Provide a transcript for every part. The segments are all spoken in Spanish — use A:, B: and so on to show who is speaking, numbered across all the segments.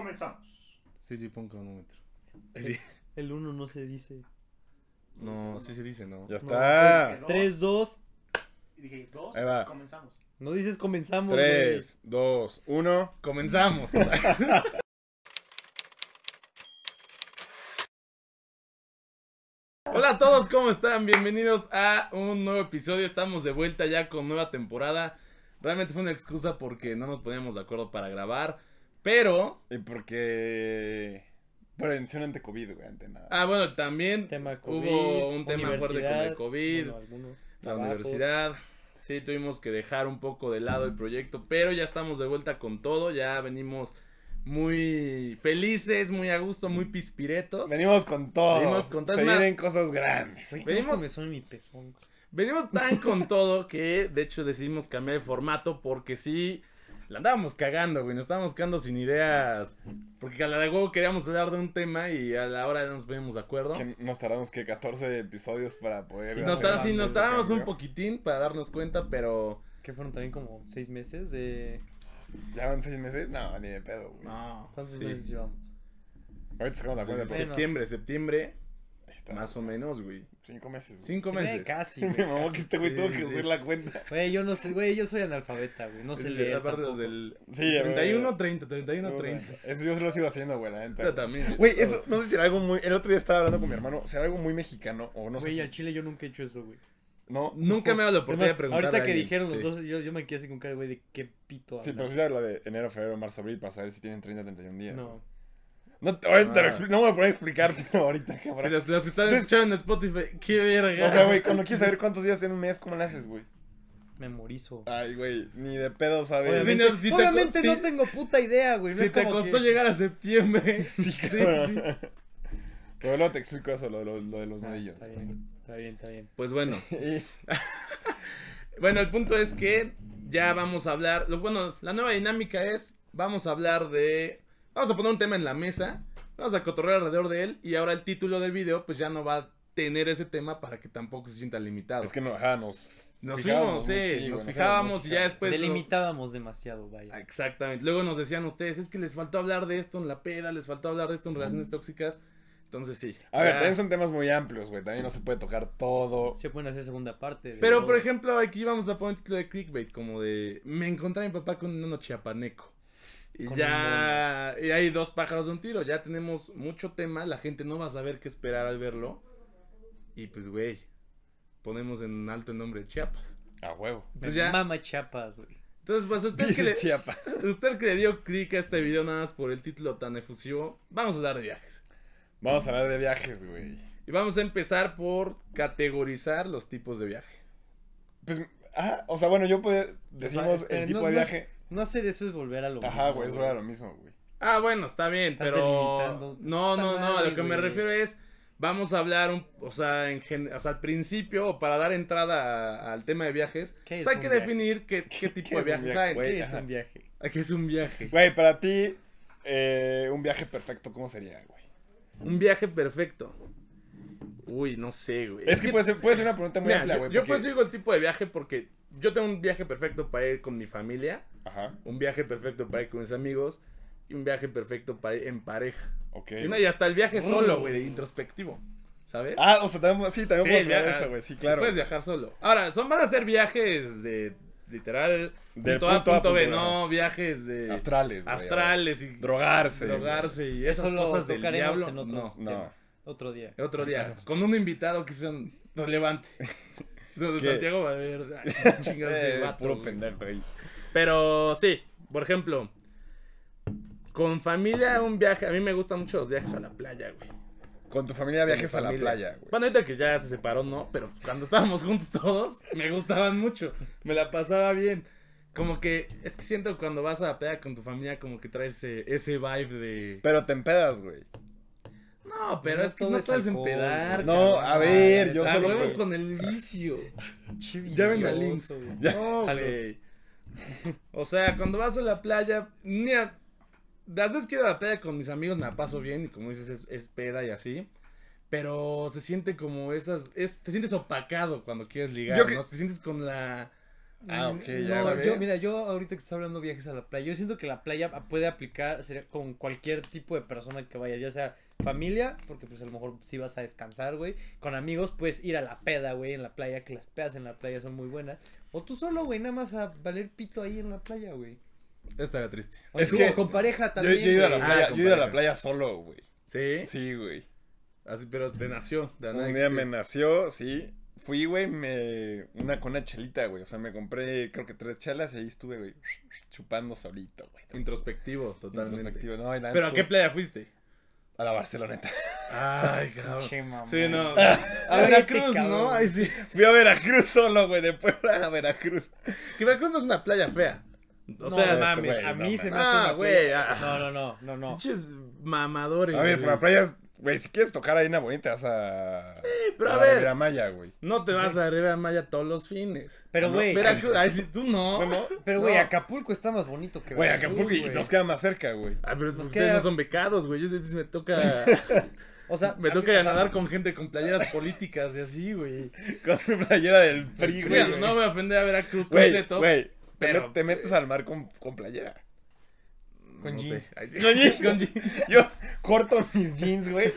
A: comenzamos.
B: Sí, sí, pon cronómetro. Sí.
C: El 1 no se dice.
B: No, sí se dice, ¿no? pues,
D: Ya
C: No,
D: está.
A: es que-
C: 3, 2.
A: Y dije, dos,
D: Ahí va.
A: comenzamos.
C: No dices comenzamos. güey.
D: 3, 2, 1.
B: Comenzamos. Hola a todos, ¿cómo están? Bienvenidos a un nuevo episodio. Estamos de vuelta ya con nueva temporada. Realmente fue una excusa porque no nos poníamos de acuerdo para grabar. Pero,
D: Y porque. Prevención ante COVID, güey, ante nada.
B: ah, bueno, también
C: Tema COVID,
B: hubo un tema fuerte con el
C: universidad,
B: COVID.
C: bueno, algunos
B: la
C: trabajos.
B: universidad. Sí, tuvimos que dejar un poco de lado el proyecto, pero ya estamos de vuelta con todo, ya venimos muy felices, muy a gusto, muy pispiretos.
D: Venimos con todo.
B: Venimos con todo.
D: Se
B: Es más-
D: vienen cosas grandes.
C: Güey,
B: Venimos-
C: tengo comezón en mi pezón. güey.
B: Venimos tan con todo que de hecho decidimos cambiar de formato porque sí la andábamos cagando, güey, nos estábamos quedando sin ideas. Porque a la de huevo queríamos hablar de un tema y a la hora no nos poníamos de acuerdo.
D: Que nos tardamos que 14 episodios para poder.
C: Sí,
B: Nos
D: hacer
B: tar-
C: tardamos-
B: sí,
D: algo
B: nos
D: que
B: tardamos un
D: cambió.
B: poquitín para darnos cuenta, pero
C: Que fueron también como 6 meses de.
D: ¿Ya van 6 meses? No, ni de pedo, güey.
B: no.
C: ¿Cuántos
B: sí.
C: meses llevamos?
D: Ahorita sacamos la cuenta.
B: Desde
D: pero-
C: Bueno.
B: septiembre, septiembre,
D: Ahí está.
B: más o menos, güey.
D: 5 meses. güey.
B: Cinco
C: Sí,
B: meses.
C: güey, Casi,
D: Me
C: güey.
D: mamó que
C: casi.
D: este güey tuvo
B: Sí,
D: que
B: sí.
D: hacer la cuenta.
C: Güey, yo no sé, güey, yo soy analfabeta, güey. No
B: Es
C: sé
B: de-
C: leer.
B: aparte
C: tampoco.
B: del
D: Sí, ya, güey.
B: 31, 30, 31,
D: No,
B: 30.
D: no, Eso yo lo sigo haciendo, güey, la neta.
B: Yo también.
D: Güey, eso, no sé si era algo muy. El otro día estaba hablando con mi hermano. ¿Será algo muy mexicano o no
C: Güey,
D: sé?
C: al chile yo nunca he hecho eso, güey.
D: No.
B: Nunca me he dado la
C: Es
B: oportunidad de
C: más,
B: preguntar.
C: Ahorita que dijeron los dos, yo, yo me quedé así con cara, güey, de qué pito.
D: Sí,
C: hablan.
D: pero sí sabes lo de enero, febrero, marzo, abril para saber si tienen 30 31 días.
C: No.
D: No, te- ahorita te lo
B: Ah.
D: expli- no me voy a poner a explicarte ahorita,
B: Si
D: cabrón.
B: los, los que están escuchando en Spotify, qué verga.
D: O sea, güey, cuando quieres saber cuántos días en un mes, ¿cómo le haces, güey?
C: Memorizo.
D: Ay, güey, ni de pedo sabes.
B: Obviamente. no, Ah, si te-
C: Obviamente
B: si-
C: no tengo puta idea, güey. No
B: si
C: es
B: te
C: como
B: costó
C: que-
B: llegar a septiembre. Sí,
D: cabrón.
B: sí.
D: Pero luego te explico eso, lo, lo- lo de los
C: Ah,
D: nudillos.
C: Está bien, está bien, está bien.
B: Pues bueno.
D: Y-
B: Bueno, el punto es que ya vamos a hablar. lo- Bueno, la nueva dinámica es: vamos a hablar de. Vamos a poner un tema en la mesa. Vamos a cotorrear alrededor de él. Y ahora el título del video, pues ya no va a tener ese tema para que tampoco se sienta limitado.
D: Es que no, ajá, nos.
B: Nos fuimos,
D: fijábamos
B: sí,
D: mucho, güey,
B: nos
D: éramos
B: fijábamos y ya
D: fijábamos.
B: después. lo-
C: Delimitábamos demasiado, vaya.
B: Exactamente. Luego nos decían ustedes, es que les faltó hablar de esto en la peda, les faltó hablar de esto en relaciones tóxicas. Entonces sí.
D: Mm. A ver,
B: ya.
D: también son temas muy amplios, güey. También no se puede tocar todo.
C: Se pueden hacer segunda parte. de
B: Pero
C: todo.
B: por ejemplo, aquí vamos a poner un título de clickbait, como de me encontré a mi papá con un nono chiapaneco. Y
C: Con
B: ya y hay dos pájaros de un tiro, ya tenemos mucho tema, la gente no va a saber qué esperar al verlo. Y pues güey, ponemos en alto el nombre de Chiapas.
D: A huevo.
C: Me
B: Entonces pues ya,
C: Mama chapas, güey.
B: entonces pues usted que
D: Dice
B: le-
D: Chiapas.
B: Usted que le dio clic a este video nada más por el título tan efusivo, vamos a hablar de viajes.
D: Vamos a hablar de viajes, güey.
B: Y vamos a empezar por categorizar los tipos de viaje.
D: Pues, ajá, o sea, bueno, yo podía. Decimos
C: espera,
D: el
C: no-
D: tipo de
C: no
D: viaje.
C: No hacer eso es volver a lo
D: Ajá,
C: mismo,
D: güey, es verdad lo mismo, güey.
B: Ah, bueno, está bien,
C: Estás
B: pero...
C: delimitando.
B: No, no,
C: Puta
B: no, a lo
C: madre,
B: que me
C: güey.
B: refiero es... Vamos a hablar, un- o, sea, en gen- o sea, al principio, o para dar entrada a- al tema de viajes,
C: ¿Qué
B: pues
C: es
B: hay
C: un
B: que
C: viaje?
B: definir qué, qué tipo
D: qué
B: de
D: es un
B: viajes
D: viaje,
B: hay.
D: güey?
C: ¿Qué es
D: Ajá.
C: un viaje?
B: ¿A qué es un viaje?
D: Güey, para ti, eh, un viaje perfecto, ¿cómo sería, güey?
B: Un viaje perfecto. Uy, no sé, güey.
D: Es que puede ser, puede ser una pregunta muy
B: Mira,
D: amplia,
B: yo-
D: güey.
B: Yo
D: porque-
B: pues digo el tipo de viaje porque yo tengo un viaje perfecto para ir con mi familia,
D: Ajá,
B: un viaje perfecto para ir con mis amigos y un viaje perfecto para ir en pareja.
D: ok.
B: Y, no, y hasta el
C: Mm.
B: viaje solo, güey, de introspectivo, ¿sabes?
D: Ah, o sea, también, sí, también
B: Sí,
D: podemos hablar de
B: viaja-
D: eso, güey. Sí, claro.
B: Puedes viajar solo. Ahora, son van a ser viajes de literal
D: De
B: punto A,
D: punto A,
B: punto B,
D: punto B,
B: no viajes de
D: Astrales, güey.
B: eh, astrales y
D: Drogarse.
B: drogarse y esas
C: Eso lo
B: cosas del
C: tocaremos
B: diablo.
C: en otro
B: No.
D: No.
C: Otro día.
B: Otro día, con un invitado que sea relevante. Los de
D: ¿Qué?
B: Santiago va a ver. ay, chingados, ese
D: Eh,
B: vato,
D: puro
B: güey.
D: pendejo ahí.
B: Pero sí, por ejemplo, con familia un viaje. A mí me gustan mucho los viajes a la playa, güey.
D: Con tu familia viajes
B: Con mi
D: a la
B: familia.
D: playa, güey.
B: Bueno, ahorita que ya se separó, no, pero cuando estábamos juntos todos, me gustaban mucho. Me la pasaba bien. Como que, es que siento que cuando vas a la playa con tu familia, como que traes ese, ese vibe de.
D: Pero te empedas, güey.
B: No, pero
C: No
B: es que
C: todo
B: no
C: es
B: sabes
C: alcohol,
B: empedar.
C: güey.
D: No,
B: cabrón.
D: a ver, yo
B: Ah,
D: solo.
B: luego
D: güey.
B: con el vicio.
C: Ya
B: Ya ven al Inss. No,
C: Salud.
B: güey. O sea, cuando vas a la playa, mira, las veces que he ido a la playa con mis amigos me la paso bien y como dices, es, es peda y así. Pero se siente como esas, es, te sientes opacado cuando quieres ligar,
D: Yo que-
B: ¿no? Te sientes con la,
D: Ah, ok, ya
C: No,
D: la
C: yo,
D: ve.
C: mira, yo ahorita que está hablando viajes a la playa, yo siento que la playa puede aplicar sería con cualquier tipo de persona que vayas, ya sea familia, porque pues a lo mejor sí vas a descansar, güey. Con amigos puedes ir a la peda, güey, en la playa, que las pedas en la playa son muy buenas. O tú solo, güey, nada más a valer pito ahí en la playa, güey.
B: Esta era triste.
C: O
D: Es
C: tú,
D: que
C: o con pareja
D: Yo, yo
C: también,
D: he ido a la
B: güey.
C: güey.
D: playa,
B: Ah,
D: yo he ido a la
B: compadre. ¿Eh?
D: playa solo, güey.
B: ¿Sí?
D: Sí, güey.
B: Así, pero te nació. de la nada
D: Un día
B: que-
D: me nació, sí. Fui, güey, me... una con una chelita, güey. O sea, me compré, creo que tres chelas y ahí estuve, güey, chupando solito, güey.
B: Introspectivo, totalmente.
D: Introspectivo. No, y la
B: ¿Pero a
D: neta,
B: qué playa fuiste?
D: A la Barceloneta.
B: Ay, cabrón.
C: Che, mamá.
B: Sí, no. A Veracruz,
C: Cállate,
B: ¿no?
C: cabrón.
B: Ay, sí.
D: Fui a Veracruz solo, güey, de Puebla a Veracruz.
B: Que Veracruz no es una playa fea. O
C: No
B: sea,
D: ma-
C: mames,
D: güey,
C: a
D: no
C: mí se me hace
B: mames. Ah,
C: una
B: güey,
C: playa-
B: ah.
C: No, no, no, no, no.
B: pinches mamadores.
D: A ver,
B: güey.
D: para playas, güey, si quieres tocar arena bonita, vas a.
B: Sí, pero a
D: la
B: ver.
D: Riviera Maya, güey.
B: No te vas a Rivera Maya todos los fines.
C: Pero,
D: No,
C: güey,
B: Veracruz, ay, sí, tú no.
D: No, no.
C: pero, güey,
B: no.
C: Acapulco está más bonito que
D: Güey,
C: Veracruz,
D: Acapulco y
C: güey.
D: nos queda más cerca, güey.
B: Ay, Ah, pero es que
C: Nos
B: ustedes
C: queda-
B: no son becados, güey. Yo siempre me toca,
C: O sea,
B: me
C: a mí-
B: toca
C: o sea,
B: nadar con gente con playeras políticas y así, güey.
D: Con su playera del PRI, güey.
B: Mira, no voy a ofender a Veracruz
D: Güey,
B: completo.
D: güey.
B: pero-
D: Pero te metes al mar con, con playera.
C: Con
B: No sé.
C: jeans.
B: Ay, sí.
D: Con jeans, con jeans. Yo corto mis jeans, güey.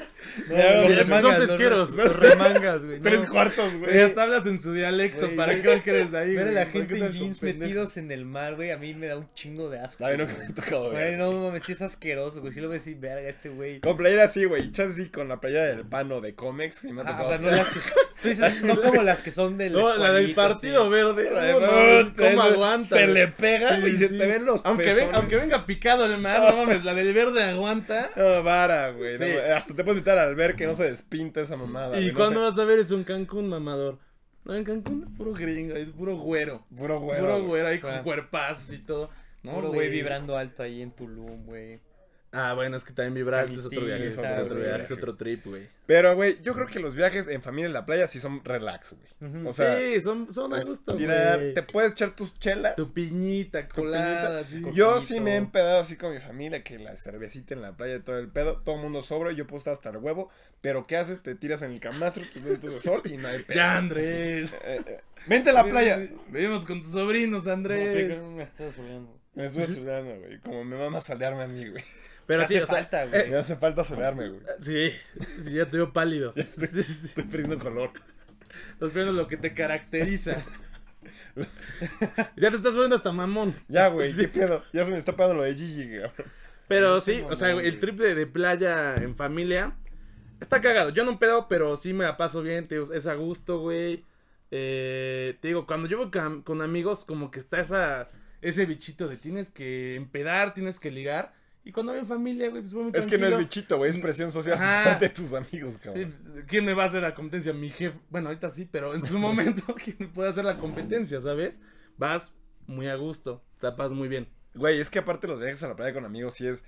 C: No,
D: Me hago
C: güey,
D: los
B: Sí,
C: remangas,
B: son
C: no,
B: pesqueros,
D: no, no.
B: remangas, güey. no.
D: tres cuartos,
B: Güey,
D: güey.
B: hasta hablas en su dialecto,
C: Güey,
B: ¿para
C: güey.
B: qué no crees ahí,
C: Ver a
B: güey?
C: la
B: ¿Por qué
C: gente en
B: estás con
C: jeans
B: pendejos?
C: metidos en el mar, güey, a mí me da un chingo de asco.
D: Ay, no, que
C: güey.
D: me ha tocado,
C: Güey,
D: güey.
C: no, no, me sí es asqueroso, güey. Sí lo voy a decir, verga, este güey.
D: Con playera así, güey. Chas así con la playera del pano de Comex. Y me ha
C: Ah,
D: tocado.
C: o sea, no las que. Tú dices, no como las que son del.
B: No, la del partido verde.
D: La de
B: no,
D: Puebla,
B: ¿Cómo
D: eso,
B: aguanta?
D: Se
B: güey?
D: le pega,
B: Sí,
D: güey, y se
B: sí.
D: te ven los
B: aunque,
D: pezones.
B: venga, aunque venga picado el mar, no mames, la del verde aguanta.
D: No, vara, güey.
B: Sí.
D: no, hasta te puedes meter al ver que no se despinta esa mamada.
B: ¿Y
D: güey, no
B: cuándo
D: sé.
B: vas a ver eso en Cancún, mamador? No, en Cancún es puro gringo, es puro güero.
D: Puro güero.
B: puro
D: güey.
B: güero, ahí con
C: Ah.
B: cuerpazos y todo. No,
C: No, güey, vibrando alto ahí en Tulum, güey.
B: Ah, bueno, es que también vibrar es otro
C: Camisita,
B: viaje, es otro,
D: güey.
B: viaje, es otro trip, güey.
D: Pero, güey, yo creo que los viajes en familia en la playa sí son relax, güey.
C: Ujú.
D: O sea,
B: sí, son, son a
D: es
B: gusto,
D: tirar-
B: güey.
D: te puedes echar tus chelas.
B: Tu piñita colada, así.
C: piñita.
D: Yo
C: coquito.
D: sí me he empedado así con mi familia, que la cervecita en la playa, todo el pedo, todo el mundo sobra, yo puedo estar hasta el huevo, pero ¿qué haces? Te tiras en el camastro, tus lentes de sol y no hay pedo.
B: Ya, Andrés.
D: Eh, eh, Vente a la playa.
B: Vivimos con tus sobrinos, Andrés.
C: No, me estás soleando.
D: Me estuve sudando, güey, como me mama solearme a mí, güey.
B: Pero sí,
C: Hace
B: o sea,
C: falta, güey.
B: eh,
D: Me hace falta solearme, güey.
B: sí, sí, ya te veo pálido.
D: estoy-
B: Sí, sí, sí.
D: Estoy perdiendo color.
B: Estás viendo lo que te caracteriza. ya te estás volviendo hasta mamón.
D: Ya, güey,
B: Sí.
D: qué pedo. Ya se me está pegando lo de Gigi, güey.
B: Pero sí, o sea, el trip de, de playa en familia está cagado. Yo no pedo, pero sí me la paso bien, te digo, es a gusto, güey. Eh, te digo, cuando yo voy con, con amigos, como que está esa, ese bichito de tienes que empedar, tienes que ligar. Y cuando voy en familia, güey, pues voy muy
D: Es que no es
B: tranquilo.
D: bichito, güey, es presión social
B: Ajá.
D: de tus amigos, cabrón.
B: Sí, ¿Quién me va a hacer la competencia? Mi jefe. Bueno, ahorita sí, pero en su momento, ¿quién me puede hacer la competencia, sabes? Vas muy a gusto, tapas muy bien.
D: Güey, es que aparte los viajes a la playa con amigos sí es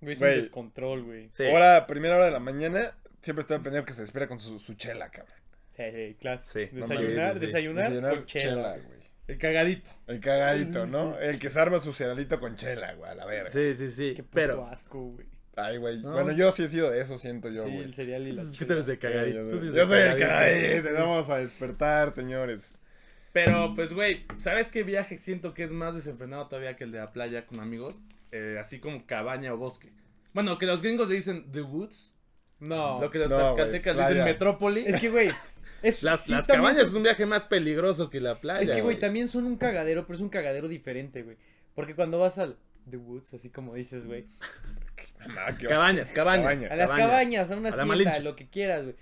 C: Güey, es un
D: Güey.
C: descontrol, güey.
B: Sí.
D: hora, primera hora de la mañana, siempre está el pendejo que se despierta con su, su chela, cabrón.
C: Sí, sí, eh, clase.
B: Sí, no
C: Desayunar,
B: mames, sí, sí.
C: desayunar, con chela.
D: chela, güey.
B: El cagadito.
D: El cagadito, ¿no? El que se arma su cerealito con chela, güey, a la verga.
B: Sí, sí, sí.
C: Qué puto
B: Pero.
C: asco, güey.
D: Ay, güey.
B: No.
D: Bueno, yo sí he sido de eso, siento yo,
C: sí,
D: güey.
C: el cereal y la
B: Es que
C: chela.
B: tú eres de
D: Sí,
B: cagadito.
D: yo
B: tú
D: soy-
B: sí eres
D: Yo
B: de
D: soy el
B: cagadito.
D: cagadito, vamos a despertar, señores.
B: Pero, pues, güey, ¿sabes qué viaje siento que es más desenfrenado todavía que el de la playa con amigos? Eh, así como cabaña o bosque. Bueno, que los gringos le dicen The Woods,
C: No.
B: lo que los
D: No, güey,
B: tlaxcaltecas le
D: playa.
B: dicen Metrópoli.
C: Es que, güey. Es,
B: las
C: sí,
B: las
C: también
B: cabañas
C: son-
B: es un viaje más peligroso que la playa.
C: Es que, güey, también son un cagadero, pero es un cagadero diferente, güey. Porque cuando vas al The Woods, así como dices, güey.
D: Mamá, Ah, qué
B: Cabañas, cabañas.
D: Cabaña.
C: A las cabañas, a una
B: A la
C: hacienda,
B: Malinche.
C: lo que quieras, güey.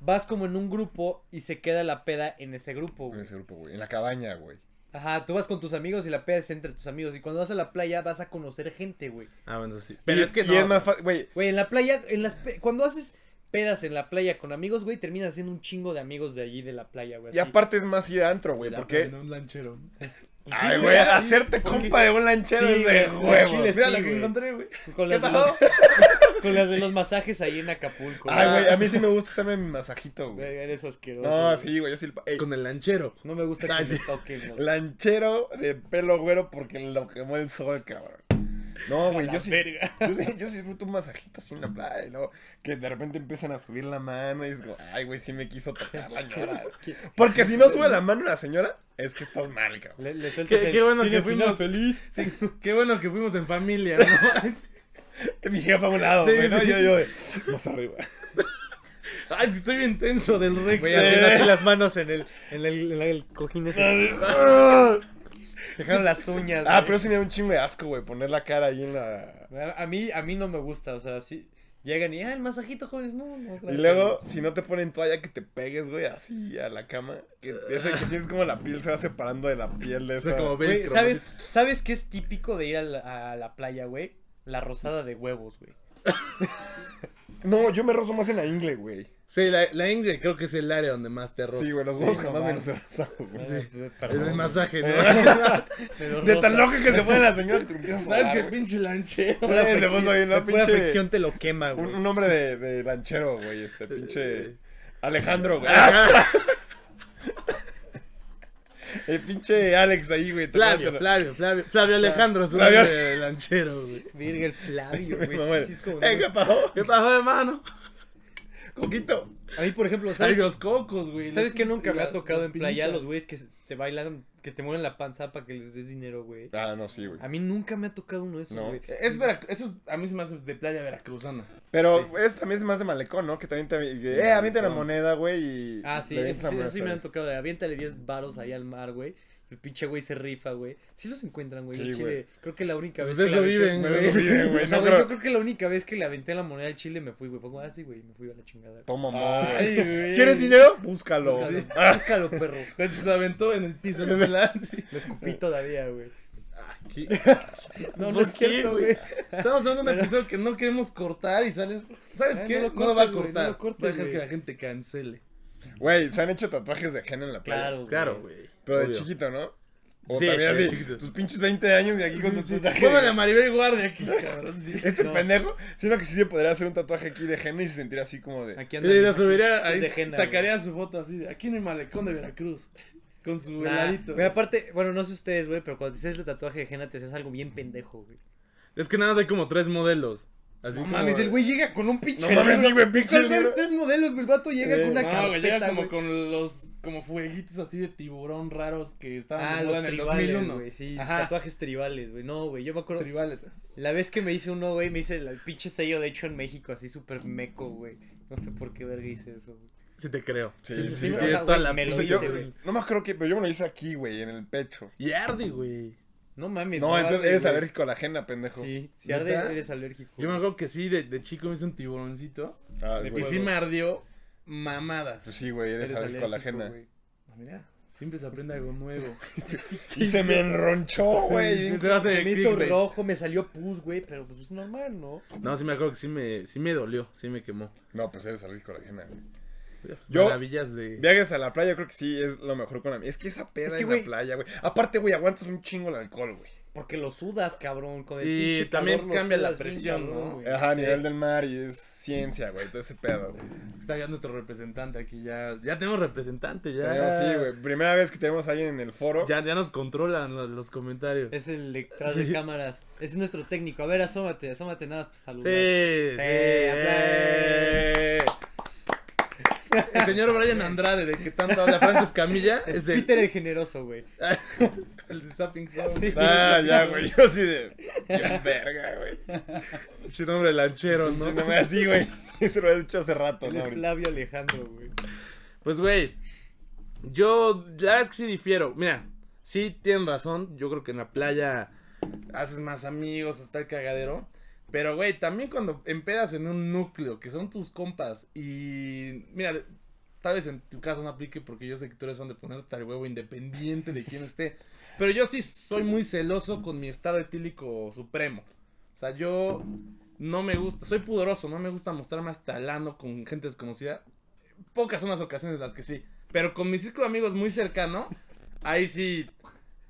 C: Vas como en un grupo y se queda la peda en ese grupo,
D: En
C: güey.
D: ese grupo, güey. En la cabaña, güey.
C: Ajá, tú vas con tus amigos y la peda es entre tus amigos. Y cuando vas a la playa vas a conocer gente, güey.
B: Ah, bueno, eso sí. Pero
D: Y-
B: es que no.
D: Y es más fácil, güey.
C: Güey, en la playa, en las pe- cuando haces pedas en la playa con amigos, güey, terminas haciendo un chingo de amigos de allí de la playa, güey.
D: Y
C: así.
D: aparte es más ir a antro, güey, porque...
B: Un lanchero.
C: Pues sí,
D: Ay, güey,
C: así,
D: hacerte
C: porque-
D: compa de un lanchero
C: Sí,
D: es de
C: güey,
D: huevo.
C: chile,
D: Mira
C: sí,
D: lo que
C: güey.
D: encontré, güey.
C: Con
B: ¿Qué
C: las, de
B: pasó?
C: los, con las de los masajes ahí en Acapulco.
D: Ay, güey, a mí sí me gusta hacerme mi masajito, güey.
C: Verga, eres asqueroso.
D: No,
C: güey.
D: sí, güey, yo sí... el pa- Ey,
B: Con el lanchero.
C: No me gusta
B: Ah,
C: que
B: sí.
C: me toquen. güey.
D: Lanchero de pelo güero porque lo quemó el sol, cabrón. No,
C: A
D: güey,
C: la
D: yo sí,
C: verga.
D: yo sí. Yo sí disfruto un masajito así en la playa. Y luego que de repente empiezan a subir la mano y es como, ay, güey, sí me quiso tocar la señora. Porque si no sube la mano la señora, es que estás mal, cabrón.
C: Le, le sueltas
B: Qué-
C: el,
B: qué bueno
C: "Tiene
B: que fuimos-
C: final feliz.
B: Qué bueno que fuimos en familia, ¿no?
D: Mi jefa a un lado,
B: Sí,
D: güey. ¿no?
B: sí.
D: Yo, yo, de, más arriba.
B: Ay, es que estoy bien tenso del recto. Eh.
C: Güey, haciendo así las manos en el, en el, en el cojín ese. Dejaron las uñas.
D: Ah,
C: güey.
D: pero sí me da un chingo de asco, güey, poner la cara ahí en la...
C: A mí, a mí no me gusta, o sea, sí. Llegan y, ah, el masajito, jóvenes, no, no,
D: Y
C: gracias".
D: luego, si no te ponen toalla, que te pegues, güey, así a la cama. Que ese que sientes como la piel se va separando de la piel de esa.
B: como
C: Güey,
B: velcro.
C: ¿sabes, ¿Sabes qué es típico de ir a la, a la playa, güey? La rosada de huevos, güey.
D: No, yo me rozo más en la ingle, güey.
B: Sí, la, la ingle creo que es el área donde más te rozas.
D: Sí, güey, los
C: Sí,
D: dos
C: no
D: jamás me
C: mames.
D: los he rozado, güey.
B: Sí.
C: Perdón,
B: es el
C: güey.
B: masaje, ¿no?
C: Me lo
D: De
C: rosa.
D: tan loco que se pone la señora que te empiezas a
B: ¿Sabes
D: sudar,
B: qué
D: güey.
B: pinche lanchero?
D: Una
C: Pura
D: vez le
C: fricción-
D: puso ahí una
C: de pura
D: pinche-
C: fricción te lo quema, güey.
D: Un, un hombre de, de ranchero, güey, este pinche... Alejandro, güey. El pinche Alex ahí, güey.
B: Flavio,
D: tocándolo.
B: Flavio, Flavio, Flavio Alejandro es un
D: Flavio.
B: hombre lanchero, güey.
C: Virga, el Flavio, güey.
D: Mamá,
C: sí, sí es como-
D: Eh, ¿qué pasó?
B: ¿Qué pasó, hermano?
D: Coquito.
C: A mí, por ejemplo,
B: Ay,
C: ¿sabes,
B: los cocos, güey.
C: ¿sabes
B: Los-
C: que nunca me
B: la-
C: ha tocado
B: las
C: en playa
B: pinitas.
C: los güeyes que se- te bailan, que te mueven la panza para que les des dinero, güey?
D: Ah, no, sí, güey.
C: A mí nunca me ha tocado uno de esos,
D: No. Eh,
C: güey.
B: Es Verac- eso es- a mí se me hace de playa veracruzana.
D: Pero es, también es más de malecón, ¿no? Que también te... que, eh, avienta la
B: Malecón.
D: moneda, güey, y...
C: Ah, sí,
D: le
C: eso sí,
D: avientan
C: eso sí me
D: moneda.
C: han tocado. de Aviéntale 10 varos ahí al mar, güey. El pinche güey se rifa, güey. Sí los encuentran, güey.
D: Sí,
C: al chile.
D: güey.
C: Creo que la única
B: Pues
C: vez
B: de
C: que
B: eso
C: le aventé-
B: viven,
D: Pero eso sí, güey,
C: O sea,
D: no
C: güey,
D: creo-
C: yo creo que la única vez que le aventé la moneda al chile me fui, güey. Fue como así, güey. Me fui a la chingada.
D: Toma, mamá.
C: Ay, güey.
D: ¿Quieres dinero? Búscalo.
C: Búscalo,
D: Sí.
C: búscalo, perro.
B: De hecho, se aventó en el piso, ¿no? ¿verdad? Sí.
C: Lo escupí todavía, güey. No, no
B: ¿Por
C: es
B: qué,
C: cierto,
B: güey?
C: güey.
B: Estamos hablando de un episodio que no queremos cortar y sales. ¿Sabes
C: Ay,
B: qué?
C: no lo
B: No, lo va a
C: cortes, güey,
B: cortar.
C: no lo cortes,
B: va a dejar
C: güey.
B: que la gente cancele.
D: Güey, se han hecho tatuajes de gen en la playa.
C: Claro,
B: Claro, güey.
D: Pero de
B: Obvio.
D: chiquito, ¿no? O
B: Sí,
D: también
B: de
D: así,
B: chiquito.
D: tus pinches 20 años y aquí con
B: Sí,
D: tus
B: sí.
D: tatuajes.
B: Póngale a Maribel Guardia aquí, cabrón. Sí.
D: Este
C: No.
D: pendejo, siento que sí se podría hacer un tatuaje aquí de gen y se sentiría así como de...
B: Y
C: Aquí anda.
B: la subiría
C: Es
B: ahí.
C: de agenda,
B: sacaría su foto así. de, Aquí en el malecón de Veracruz. Con su
C: Nah,
B: heladito.
C: güey, aparte, bueno, no sé ustedes, güey, pero cuando te haces el tatuaje de Jena, te haces algo bien pendejo, güey.
B: Es que nada más hay como tres modelos. Así
D: No
B: como-
D: mames, el
C: güey llega con un pinche.
D: No mames, sí, güey, pinche
C: Son
D: libro.
C: tres modelos, güey. El vato llega
D: Sí.
C: con una
B: No,
C: carpeta,
B: güey, llega como
C: güey.
B: con los como fueguitos así de tiburón raros que estaban
C: Ah,
B: de moda
C: los
B: en el
C: tribales,
B: 2001.
C: güey, sí,
B: Ajá.
C: tatuajes tribales, güey. No, güey, yo me acuerdo
B: Tribales.
C: la vez que me hice uno, güey, me hice el, el pinche sello de hecho en México, así súper meco, güey. No sé por qué verga hice eso, güey.
B: Sí te creo.
D: Sí,
B: Sí, sí,
D: sí,
B: sí.
D: o
B: tienes
C: sea,
B: toda
C: güey,
B: la
C: me lo
B: pinche-
D: yo-
C: hice, güey.
D: no me creo que, pero yo me lo hice aquí, güey, en el pecho.
B: Y arde, güey.
C: No mames,
D: No, entonces
C: arde,
D: eres
C: güey.
D: alérgico a la ajena, pendejo.
C: Sí, si
B: ¿Neta?
C: arde, eres alérgico.
B: Yo me
C: güey.
B: acuerdo que sí, de, de chico me hice un tiburoncito.
D: Ah,
B: Y
D: güey.
B: sí me ardió mamadas.
D: Pues sí, güey, eres,
C: Eres
D: alérgico a la
C: alérgico,
D: ajena.
C: güey.
B: Ah, Mira, siempre se aprende algo nuevo.
D: Y se me enronchó, güey.
B: Sí, se va a hacer
C: Se me hizo
B: clickbait.
C: rojo, me salió pus, güey, pero pues es normal, ¿no?
B: No, sí me acuerdo que sí me, sí me dolió, sí me quemó.
D: No, pues eres alérgico a la ajena, güey. Yo-
B: Yo, Maravillas de...
D: Viajes a la playa, yo creo que sí es lo mejor con la. Es que esa peda
C: Es que,
D: en
C: güey-
D: la playa, güey. Aparte, güey, aguantas un chingo el alcohol, güey.
C: Porque lo sudas, cabrón, con el
B: Y
C: pinche
B: también
C: calor lo
B: cambia la
C: sudas bien,
B: presión,
C: cabrón,
B: ¿no?
C: güey.
D: Ajá, a
C: Sí.
D: nivel del mar y es ciencia, güey. Todo ese pedo, güey.
B: Es que Está ya nuestro representante aquí, ya, ya tenemos representante, ya...
D: Pero Sí, güey. Primera vez que tenemos a alguien en el foro.
B: Ya, ya nos controlan los, los comentarios.
C: Es el detrás
B: Sí.
C: de cámaras. Ese es nuestro técnico. A ver, asómate, asómate nada más para
B: Sí,
C: saludar.
B: sí.
C: aplausos.
B: El señor Brian Andrade, de que tanto habla Franco Escamilla,
C: El
B: es el...
C: Peter el generoso, güey.
B: el de Zapping Zone.
C: Sí.
D: Ah, ya, güey. Yo así de. Ya, verga, güey.
B: Pinche nombre lanchero, ¿no?
D: No, me así, güey. Eso lo he dicho hace rato,
C: Él
D: ¿no?
C: es
D: Ahorita.
C: Flavio Alejandro, güey.
B: Pues, güey, yo la verdad es que sí difiero. Mira, sí tienen razón. Yo creo que en la playa haces más amigos, está el cagadero. Pero, güey, también cuando empedas en un núcleo, que son tus compas, y mira, tal vez en tu caso no aplique porque yo sé que tú eres fan de ponerte al huevo independiente de quién esté. Pero yo sí soy muy celoso con mi estado etílico supremo. O sea, yo no me gusta, soy pudoroso, no me gusta mostrarme hasta el ano con gente desconocida pocas son las ocasiones las que sí. Pero con mi círculo de amigos muy cercano, ahí sí.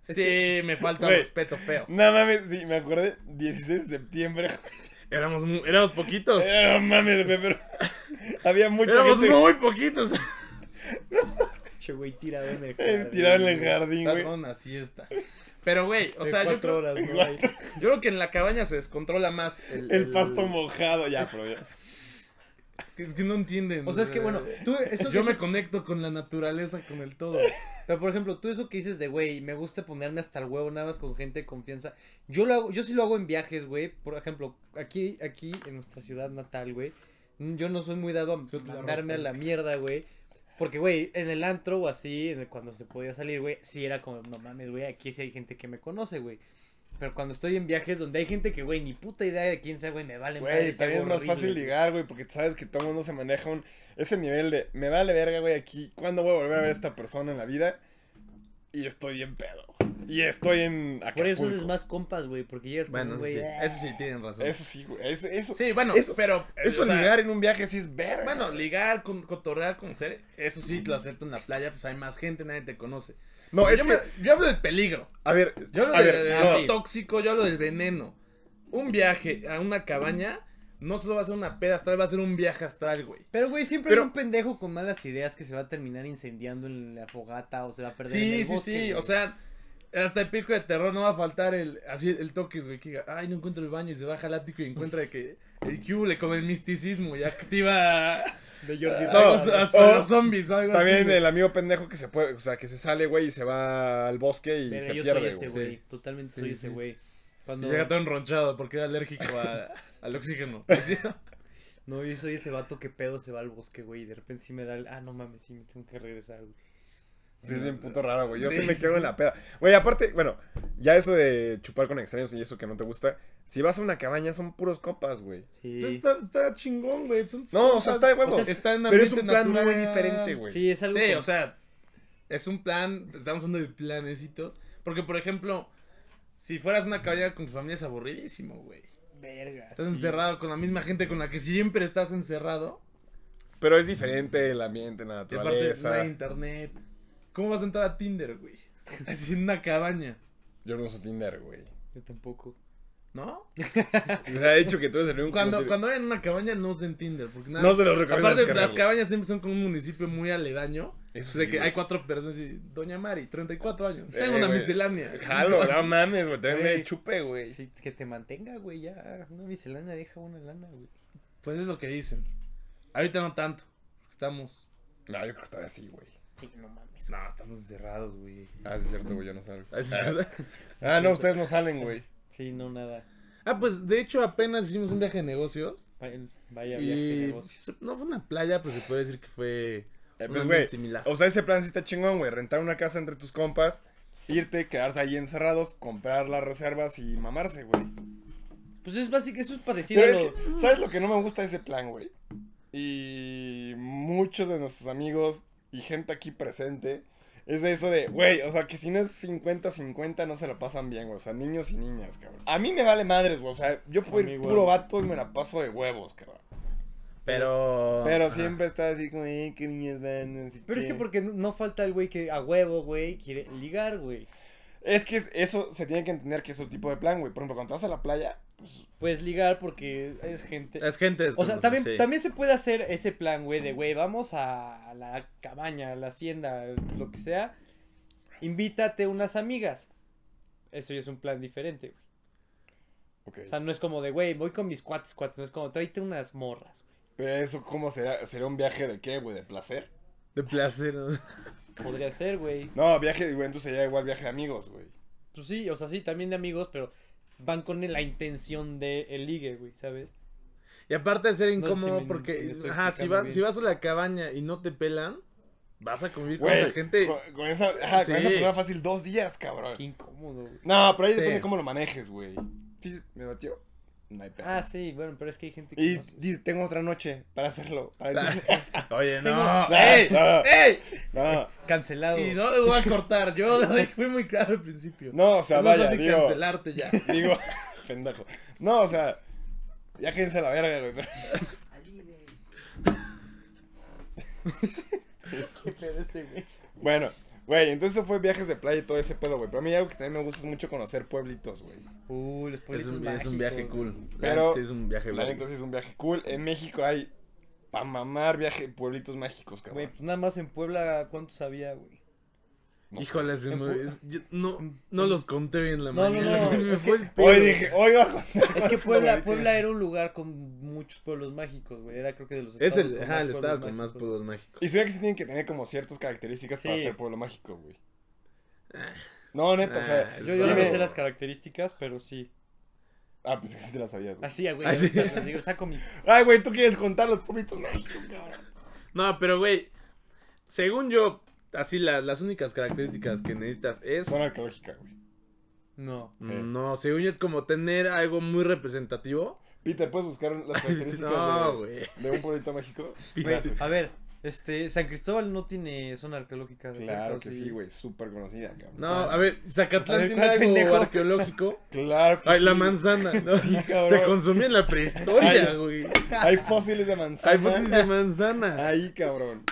B: Sí, me falta
D: Güey.
B: respeto feo.
D: No mames, sí, me acordé. 16 de septiembre, güey.
B: Éramos, mu- éramos poquitos.
D: Eh, No mames, güey, pero. Había mucha
B: Éramos
D: gente
B: muy poquitos.
C: Che, güey, tirado en el
D: eh, tirada en el jardín, güey.
B: Estaba una siesta. Pero, güey, o sea, yo
C: cuatro
B: creo,
C: horas, güey.
B: yo creo que en la cabaña se descontrola más el,
D: El pasto mojado, ya, pero ya.
B: Es que no entienden.
C: O sea, es que bueno, tú eso
B: Yo
C: que-
B: me conecto con la naturaleza, con el todo.
C: Pero por ejemplo, tú eso que dices de, güey, me gusta ponerme hasta el huevo nada más con gente de confianza. Yo lo hago, yo sí lo hago en viajes, güey. Por ejemplo, aquí, aquí en nuestra ciudad natal, güey. mm, Yo no soy muy dado a
B: Yo te la
C: mandarme a
B: rompo.
C: la mierda, güey. Porque, güey, en el antro o así, en el- cuando se podía salir, güey, sí era como, no mames, güey, aquí sí hay gente que me conoce, güey. Pero cuando estoy en viajes donde hay gente que, güey, ni puta idea de quién sea, güey, me vale
D: Güey, también es más fácil ligar, güey, porque sabes que todo el mundo se maneja un... Ese nivel de, me vale verga, güey, aquí, ¿cuándo voy a volver a ver a esta persona en la vida? Y estoy en pedo. Y estoy en Acapulco.
C: Por eso es más compas, güey, porque llegas con
B: Bueno,
C: un
B: eso
C: güey.
B: sí,
C: "Ah,
B: eso sí tienen razón.
D: Eso sí, güey, eso... Eso,
B: sí, bueno,
D: eso-
B: pero...
D: eso
B: o sea,
D: ligar en un viaje sí es verga.
B: Bueno, ligar, con, cotorrear, conocer, eso sí lo acepto en la playa, pues hay más gente, nadie te conoce.
D: no,
B: Pero
D: es
B: yo,
D: que...
B: me- yo hablo del peligro,
D: A ver,
B: yo hablo
D: a
B: de-
D: ver,
B: de
C: no.
B: lo tóxico, yo hablo del veneno. Un viaje a una cabaña no solo va a ser una peda astral, va a ser un viaje astral, güey.
C: Pero, güey, siempre
D: Pero-
C: hay un pendejo con malas ideas que se va a terminar incendiando en la fogata o se va a perder en
B: Sí,
C: el
B: sí,
C: bosque,
B: sí,
C: güey.
B: o sea, hasta el pico de terror no va a faltar el, así, el toques, güey, que diga, ay, no encuentro el baño y se baja al ático y encuentra de que el Q le come el misticismo y activa a,
C: De Ah, Jordi
D: No,
C: Rosado.
B: a- a- a
D: o-
B: los zombies o algo así.
D: También
B: güey.
D: el amigo pendejo que se puede, o sea, que se sale, güey, y se va al bosque y
C: Pero
D: se
C: yo soy
D: pierde,
C: ese,
D: güey.
C: güey. Totalmente
B: Sí,
C: soy
B: sí.
C: ese, güey.
B: Y
C: Cuando...
B: Llega todo enronchado porque era alérgico a- al oxígeno.
C: No, yo soy ese vato que pedo se va al bosque, güey. Y de repente sí me da el... Ah, no mames, sí me tengo que regresar, güey.
D: Sí, es bien puto raro, güey. Yo sí,
B: Sí.
D: me quedo en la peda. Güey, aparte, bueno, ya eso de chupar con extraños y eso que no te gusta, si vas a una cabaña son puros copas, güey.
C: Sí.
B: Entonces, está, está chingón, güey. son- son
D: No, o sea,
B: cosas-
D: está de huevos.
B: o sea, está en
D: pero es un
B: ambiente
D: plan muy
B: natural.
D: diferente, güey.
C: Sí, es algo...
B: Sí,
C: como-
B: o sea, es un plan, estamos hablando de planecitos. Porque, por ejemplo, si fueras una cabaña con tu familia es aburridísimo, güey.
C: Verga,
B: Estás
C: sí.
B: encerrado con la misma gente con la que siempre estás encerrado.
D: Pero es diferente el ambiente, la
B: Y aparte, no
D: naturaleza.
B: hay internet. ¿Cómo vas a entrar a Tinder, güey? Así en una cabaña,
D: Yo no uso Tinder, güey.
C: Yo tampoco.
B: ¿no?
D: Se ha dicho que tú eres el único. que no
B: Cuando,
D: tiene-
B: cuando vayan a una cabaña, no usen Tinder. Porque nada
D: No se los recomiendo.
B: Aparte,
D: descargarlo.
B: las cabañas siempre son con un municipio muy aledaño.
D: Eso
B: Eso sé
D: sí,
B: que
D: güey.
B: hay cuatro personas y Doña Mari, 34 años.
D: Eh,
B: Tengo una
D: güey.
B: miscelánea.
D: Jalo, no mames, güey. También
C: Güey.
D: me chupe, güey.
C: Sí, que te mantenga, güey, ya. Una miscelánea deja una lana, güey.
B: Pues es lo que dicen. Ahorita no tanto. porque Estamos.
D: No, yo creo que todavía sí, güey.
C: Sí, no mames.
B: No, estamos cerrados, güey.
D: Ah, sí es cierto, güey, yo no salgo.
B: Así
D: Ah.
B: será.
D: Ah, no, ustedes no salen, güey.
C: Sí, no, nada.
B: Ah, pues de hecho apenas hicimos un viaje de negocios.
C: Vaya, vaya viaje de
B: Y
C: negocios.
B: no fue una playa, pero se puede decir que fue
D: Eh,
B: un
D: pues,
B: ambiente
D: güey,
B: similar.
D: o sea, ese plan sí está chingón, güey. Rentar una casa entre tus compas, irte, quedarse ahí encerrados, comprar las reservas y mamarse, güey.
C: Pues es básico, eso es parecido
D: Pero
C: a
D: es
C: lo-
D: que, ¿sabes lo que no me gusta de ese plan, güey? Y muchos de nuestros amigos y gente aquí presente es de eso de, güey, o sea, que si no es 50-50 no se la pasan bien, güey. O sea, niños y niñas, cabrón. A mí me vale madres, güey. O sea, yo puedo
C: A mí Ah,
D: ir
C: igual.
D: puro vato y me la paso de huevos, cabrón.
B: Pero.
D: Pero
B: Ajá.
D: siempre está así como, eh, qué niñas van, así
C: Pero es que
D: que-
C: porque no, no falta el güey que a huevo, güey, quiere ligar, güey.
D: Es que es- eso se tiene que entender que es un tipo de plan, güey. Por ejemplo, cuando te vas a la playa,
C: Puedes ligar porque es gente.
B: Es gente.
C: O sea,
B: desconocida,
C: también,
B: sí.
C: también se puede hacer ese plan, güey, de güey, vamos a la cabaña, a la hacienda, lo que sea. Invítate unas amigas. Eso ya es un plan diferente, güey.
D: ok.
C: O sea, no es como de, güey, voy con mis cuates, cuates. No es como, tráete unas morras, güey.
D: Pero eso, ¿cómo será? ¿Será un viaje de qué, güey? ¿De placer?
B: De placer. ¿no?
C: Podría ser, güey.
D: No, viaje, güey, entonces ya igual viaje de amigos, güey.
C: Pues sí, o sea, sí, también de amigos, pero van con la intención de el ligue, güey, ¿sabes?
B: Y aparte de ser
C: No sé
B: incómodo,
C: si me-
B: porque.
C: si me estoy
B: ajá, si,
C: explicando
B: vas-
C: bien.
B: si vas a la cabaña y no te pelan, vas a convivir con
D: Güey,
B: esa gente.
D: con, con esa, ajá,
B: Sí.
D: con esa persona fácil dos días, cabrón.
C: Qué incómodo, güey.
D: No, pero ahí
B: Sí.
D: depende cómo lo manejes, güey. Sí, me batió. No hay pedo.
C: Ah, sí, bueno, pero es que hay gente que.
D: y
C: no hace-
D: dices, tengo otra noche para hacerlo. Para
B: Oye,
D: Tengo-
B: ¡Ey!
D: No.
B: ¡Ey!
D: no,
C: Cancelado.
B: Y no le voy a cortar, yo lo dije- fui muy claro al principio.
D: no, o sea,
B: es más
D: vaya,
B: fácil
D: digo.
B: cancelarte ya.
D: Digo, pendejo. No, o sea, ya quédense a la verga, güey. pero-
C: Qué pedo ese, güey.
D: Bueno, güey, entonces eso fue viajes de playa y todo ese pedo, güey. Pero a mí algo que también me gusta es mucho conocer pueblitos, güey.
C: Uh, los
B: Es
C: pueblitos
B: un, es
C: mágicos,
B: un viaje
C: güey.
B: cool. La
D: Pero-
B: neta sí es un viaje
D: La
B: cool.
D: neta sí es un viaje cool. En México hay pa' mamar viaje pueblitos mágicos,
C: Güey,
D: cabrón.
C: pues nada más en Puebla, ¿cuántos había, güey?
D: No sé.
B: Híjoles, se
C: En
B: me-
C: pu-
B: es- yo no, no los conté bien la
C: No, no,
B: mañana,
C: no,
B: se me
C: es
B: fue el
D: Hoy
B: pedo.
D: dije, hoy va a contar
C: Es que
D: cosas
C: Puebla,
D: favoritas.
C: Puebla era un lugar con muchos pueblos mágicos, güey. Era creo que de los
B: Es el,
C: con
B: ajá,
C: más
B: el
C: pueblos
B: estado con más
C: mágicos.
B: pueblos mágicos.
D: Y suena que sí tienen que tener como ciertas características para
C: Sí.
D: ser pueblo mágico, güey. No, neta, o
B: Ah,
D: sea.
C: Yo, yo no me
D: tiene-
C: sé las características, pero sí.
D: Ah, pues que sí te las sabías, güey.
C: Así, güey.
B: Ah, sí.
C: ahorita les digo, saco mi.
D: Ay, güey, tú quieres contar los pueblitos mágicos, cabrón.
B: No, pero güey, según yo, así la- las únicas características que necesitas es... mm,
D: Zona arqueológica, güey.
C: No.
B: No, según yo es como tener algo muy representativo.
D: Peter, ¿puedes buscar las características
B: No,
D: de,
B: güey.
D: de un pueblito mágico?
C: Güey,
D: Gracias.
C: a ver, este, San Cristóbal no tiene zona arqueológica. de
D: Claro
C: cerca,
D: que sí, güey. Súper conocida, cabrón. Ah,
B: No, ah, a ver,
D: A
B: Zacatlán
D: ver,
B: tiene
D: ¿cuál
B: algo
D: pendejo?
B: arqueológico.
D: Claro que
B: Ay,
D: sí.
B: la manzana. ¿no?
D: Sí, cabrón.
B: Se consumía en la prehistoria,
D: Ay.
B: güey.
D: Hay fósiles de manzana.
B: Hay fósiles de
C: Ah,
B: manzana.
D: Ahí, cabrón.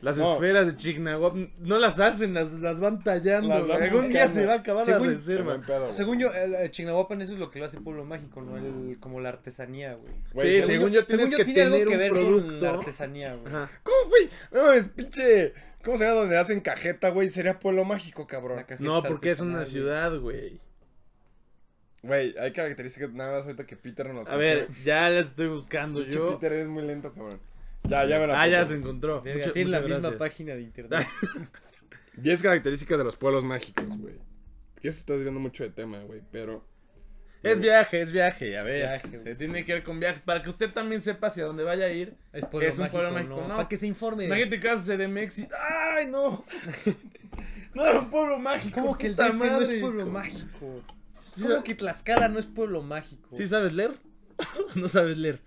B: Las
D: No.
B: esferas de Chignahuap no las hacen, las, las van tallando.
D: Las van
B: güey. Algún día
D: buscando.
B: se va a acabar
C: Según-
B: la
D: Buen
B: reserva.
D: pedo, güey.
C: Según yo, el, el Chignahuapan eso es lo que lo hace pueblo mágico, no el, como la artesanía, güey.
D: Güey,
B: sí, según yo tienes que
C: tiene algo
B: tener
C: que
B: un
C: ver con la
B: producto.
C: artesanía, güey.
B: Ajá.
D: ¿Cómo, güey? No mames, pinche. ¿Cómo se llama donde hacen cajeta, güey? Sería pueblo mágico, cabrón.
C: La cajeta
B: No, porque es una
C: artesanal, güey.
B: ciudad, güey.
D: Güey, hay características nada más ahorita que Peter no las
B: A ver, ya las estoy buscando
D: pinche
B: yo.
D: Peter eres muy lento, cabrón. Ya, ya me la
B: Ah, ya
D: pongo.
B: se encontró.
C: Verga,
B: Mucha-
C: tiene la
B: muchas
C: misma
B: gracias.
C: página de internet.
D: 10 características de los pueblos mágicos, güey. Es Que se está desviando mucho de tema, güey, pero.
B: Es viaje, es viaje, a ver.
C: Viaje, güey.
B: se tiene que ver con viajes. Para que usted también sepa hacia dónde vaya a ir.
C: Es, pueblo
B: Es un pueblo mágico, ¿no?
C: Para que se informe.
B: Imagínate que vas a CDMX y... ¡Ay, no! no era un pueblo mágico.
C: ¿Cómo que el
B: puta
C: DF no
B: madre?
C: es pueblo
B: ¿Cómo?
C: mágico?
B: Sí,
C: ¿Cómo
B: sa-
C: que Tlaxcala no es pueblo mágico?
B: ¿Sí sabes leer? no sabes leer.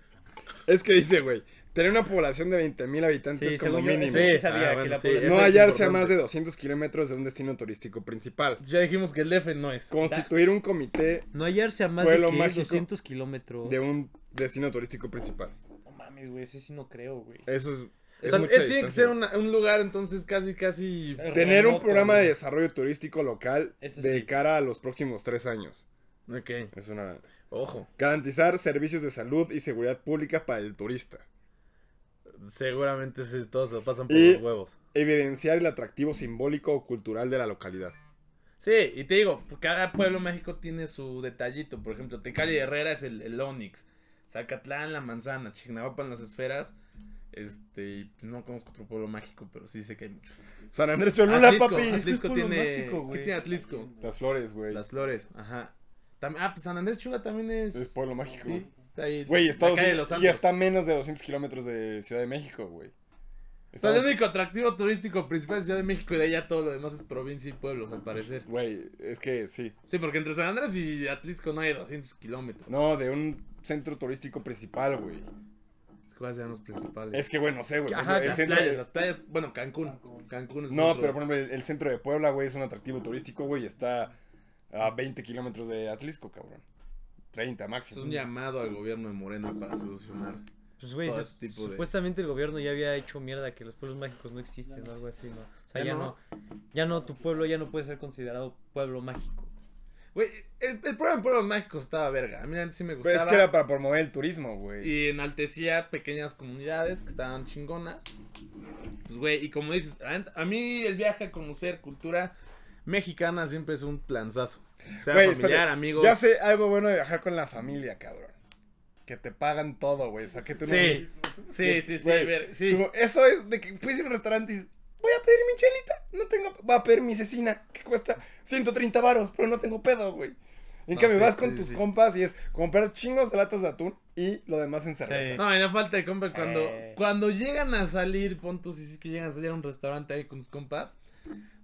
D: Es que dice, güey, tener una población de 20.000 habitantes
C: Sí,
D: como
C: según yo,
D: mínimo.
C: eso sí
B: Sí.
C: sabía
B: Ah,
C: que
B: bueno,
C: la
B: sí,
C: población-
B: eso
D: No
B: es
D: hallarse a
B: importante.
D: más de 200 kilómetros de un destino turístico principal.
B: Ya dijimos que el DF no es.
D: Constituir un comité
C: No hallarse a más
D: Pueblo
C: de que
D: mágico
C: 200 kilómetros.
D: de un destino turístico principal.
C: No mames, güey, ese sí no creo, güey.
D: Eso es.
B: O
D: es
B: sea,
D: mucha
B: es- tiene que
D: distancia,
B: ser
D: güey.
B: una- un lugar entonces casi, casi...
D: Tener un
C: Remoto,
D: programa
C: güey.
D: de desarrollo turístico local
C: Eso
D: de
C: sí.
D: cara a los próximos tres años.
B: Ok,
D: Es una.
B: ojo.
D: Garantizar servicios de salud y seguridad pública para el turista.
B: Seguramente sí, todos se lo pasan por
D: Y-
B: los huevos.
D: Evidenciar el atractivo simbólico o cultural de la localidad.
B: Sí, y te digo, cada pueblo mágico tiene su detallito. Por ejemplo, Tecali de Herrera es el, el Onix, Zacatlán la manzana, Chignahuapan las esferas. Este, y no conozco otro pueblo mágico, pero sí sé que hay muchos.
D: San Andrés Cholula,
B: Atlisco,
D: papi.
C: Atlisco
B: Atlisco
C: es pueblo
B: tiene.
C: mágico, güey.
B: ¿Qué tiene Atlisco?
D: Las flores, güey.
B: Las flores, ajá. Tam- ah, pues San Andrés Chula también es.
D: Es pueblo mágico.
B: Sí, está ahí.
D: Güey,
B: la
D: Estados
B: calle de los
D: Unidos. Y
B: Santos.
D: está a menos de 200 kilómetros de Ciudad de México, güey.
B: O sea, el
D: Estamos-
B: único atractivo turístico principal es Ciudad de México y de allá todo lo demás es provincia y pueblos, al parecer.
D: Güey, es que sí.
B: Sí, porque entre San Andrés y Atlisco no hay 200 kilómetros.
D: No, de un centro turístico principal, güey.
B: ¿Cuáles serán los principales?
D: Es que, güey, no sé, güey. por
B: Ajá,
D: ejemplo, el
B: las
D: centro-
B: playas, las playas. Bueno, Cancún. Cancún es
D: No,
B: otro.
D: pero por ejemplo, el, el centro de Puebla, güey, es un atractivo turístico, güey, y está a 20 kilómetros de Atlisco, cabrón. 30
B: Es
D: máximo.
B: un llamado al gobierno de Morena para solucionar.
C: Pues, güey,
B: todo
C: se-
B: ese tipo de-
C: supuestamente el gobierno ya había hecho mierda que los pueblos mágicos no existen o algo así, ¿no? O sea,
B: ¿Ya
C: ya
B: no?
C: no. Ya no, tu pueblo ya no puede ser considerado pueblo mágico.
B: Güey, el, el programa de Pueblos Mágicos estaba verga. A mí antes sí me gustaba.
D: Pues es que era para promover el turismo, güey.
B: Y enaltecía pequeñas comunidades que estaban chingonas. Pues, güey, y como dices, a, a mí el viaje a conocer cultura mexicana siempre es un planzazo. O sea,
D: Güey,
B: familiar,
D: espérate,
B: amigos.
D: Ya sé algo bueno de viajar con la familia, cabrón. Que te pagan todo, güey. O sea, que tú no-
B: Sí, sí, sí, sí,
D: Güey,
B: ver- sí.
D: tú- eso es de que fuiste a un restaurante y dices, voy a pedir mi chelita. No tengo. Voy a pedir mi cecina, que cuesta 130 varos, pero no tengo pedo, güey. En
B: No,
D: cambio,
B: sí,
D: vas con
B: sí,
D: tus
B: sí.
D: compas y es comprar chingos de latas de atún y lo demás en cerveza.
B: No, y no falta de compas cuando,
C: Eh.
B: cuando llegan a salir, pon tú si es que llegan a salir a un restaurante ahí con sus compas,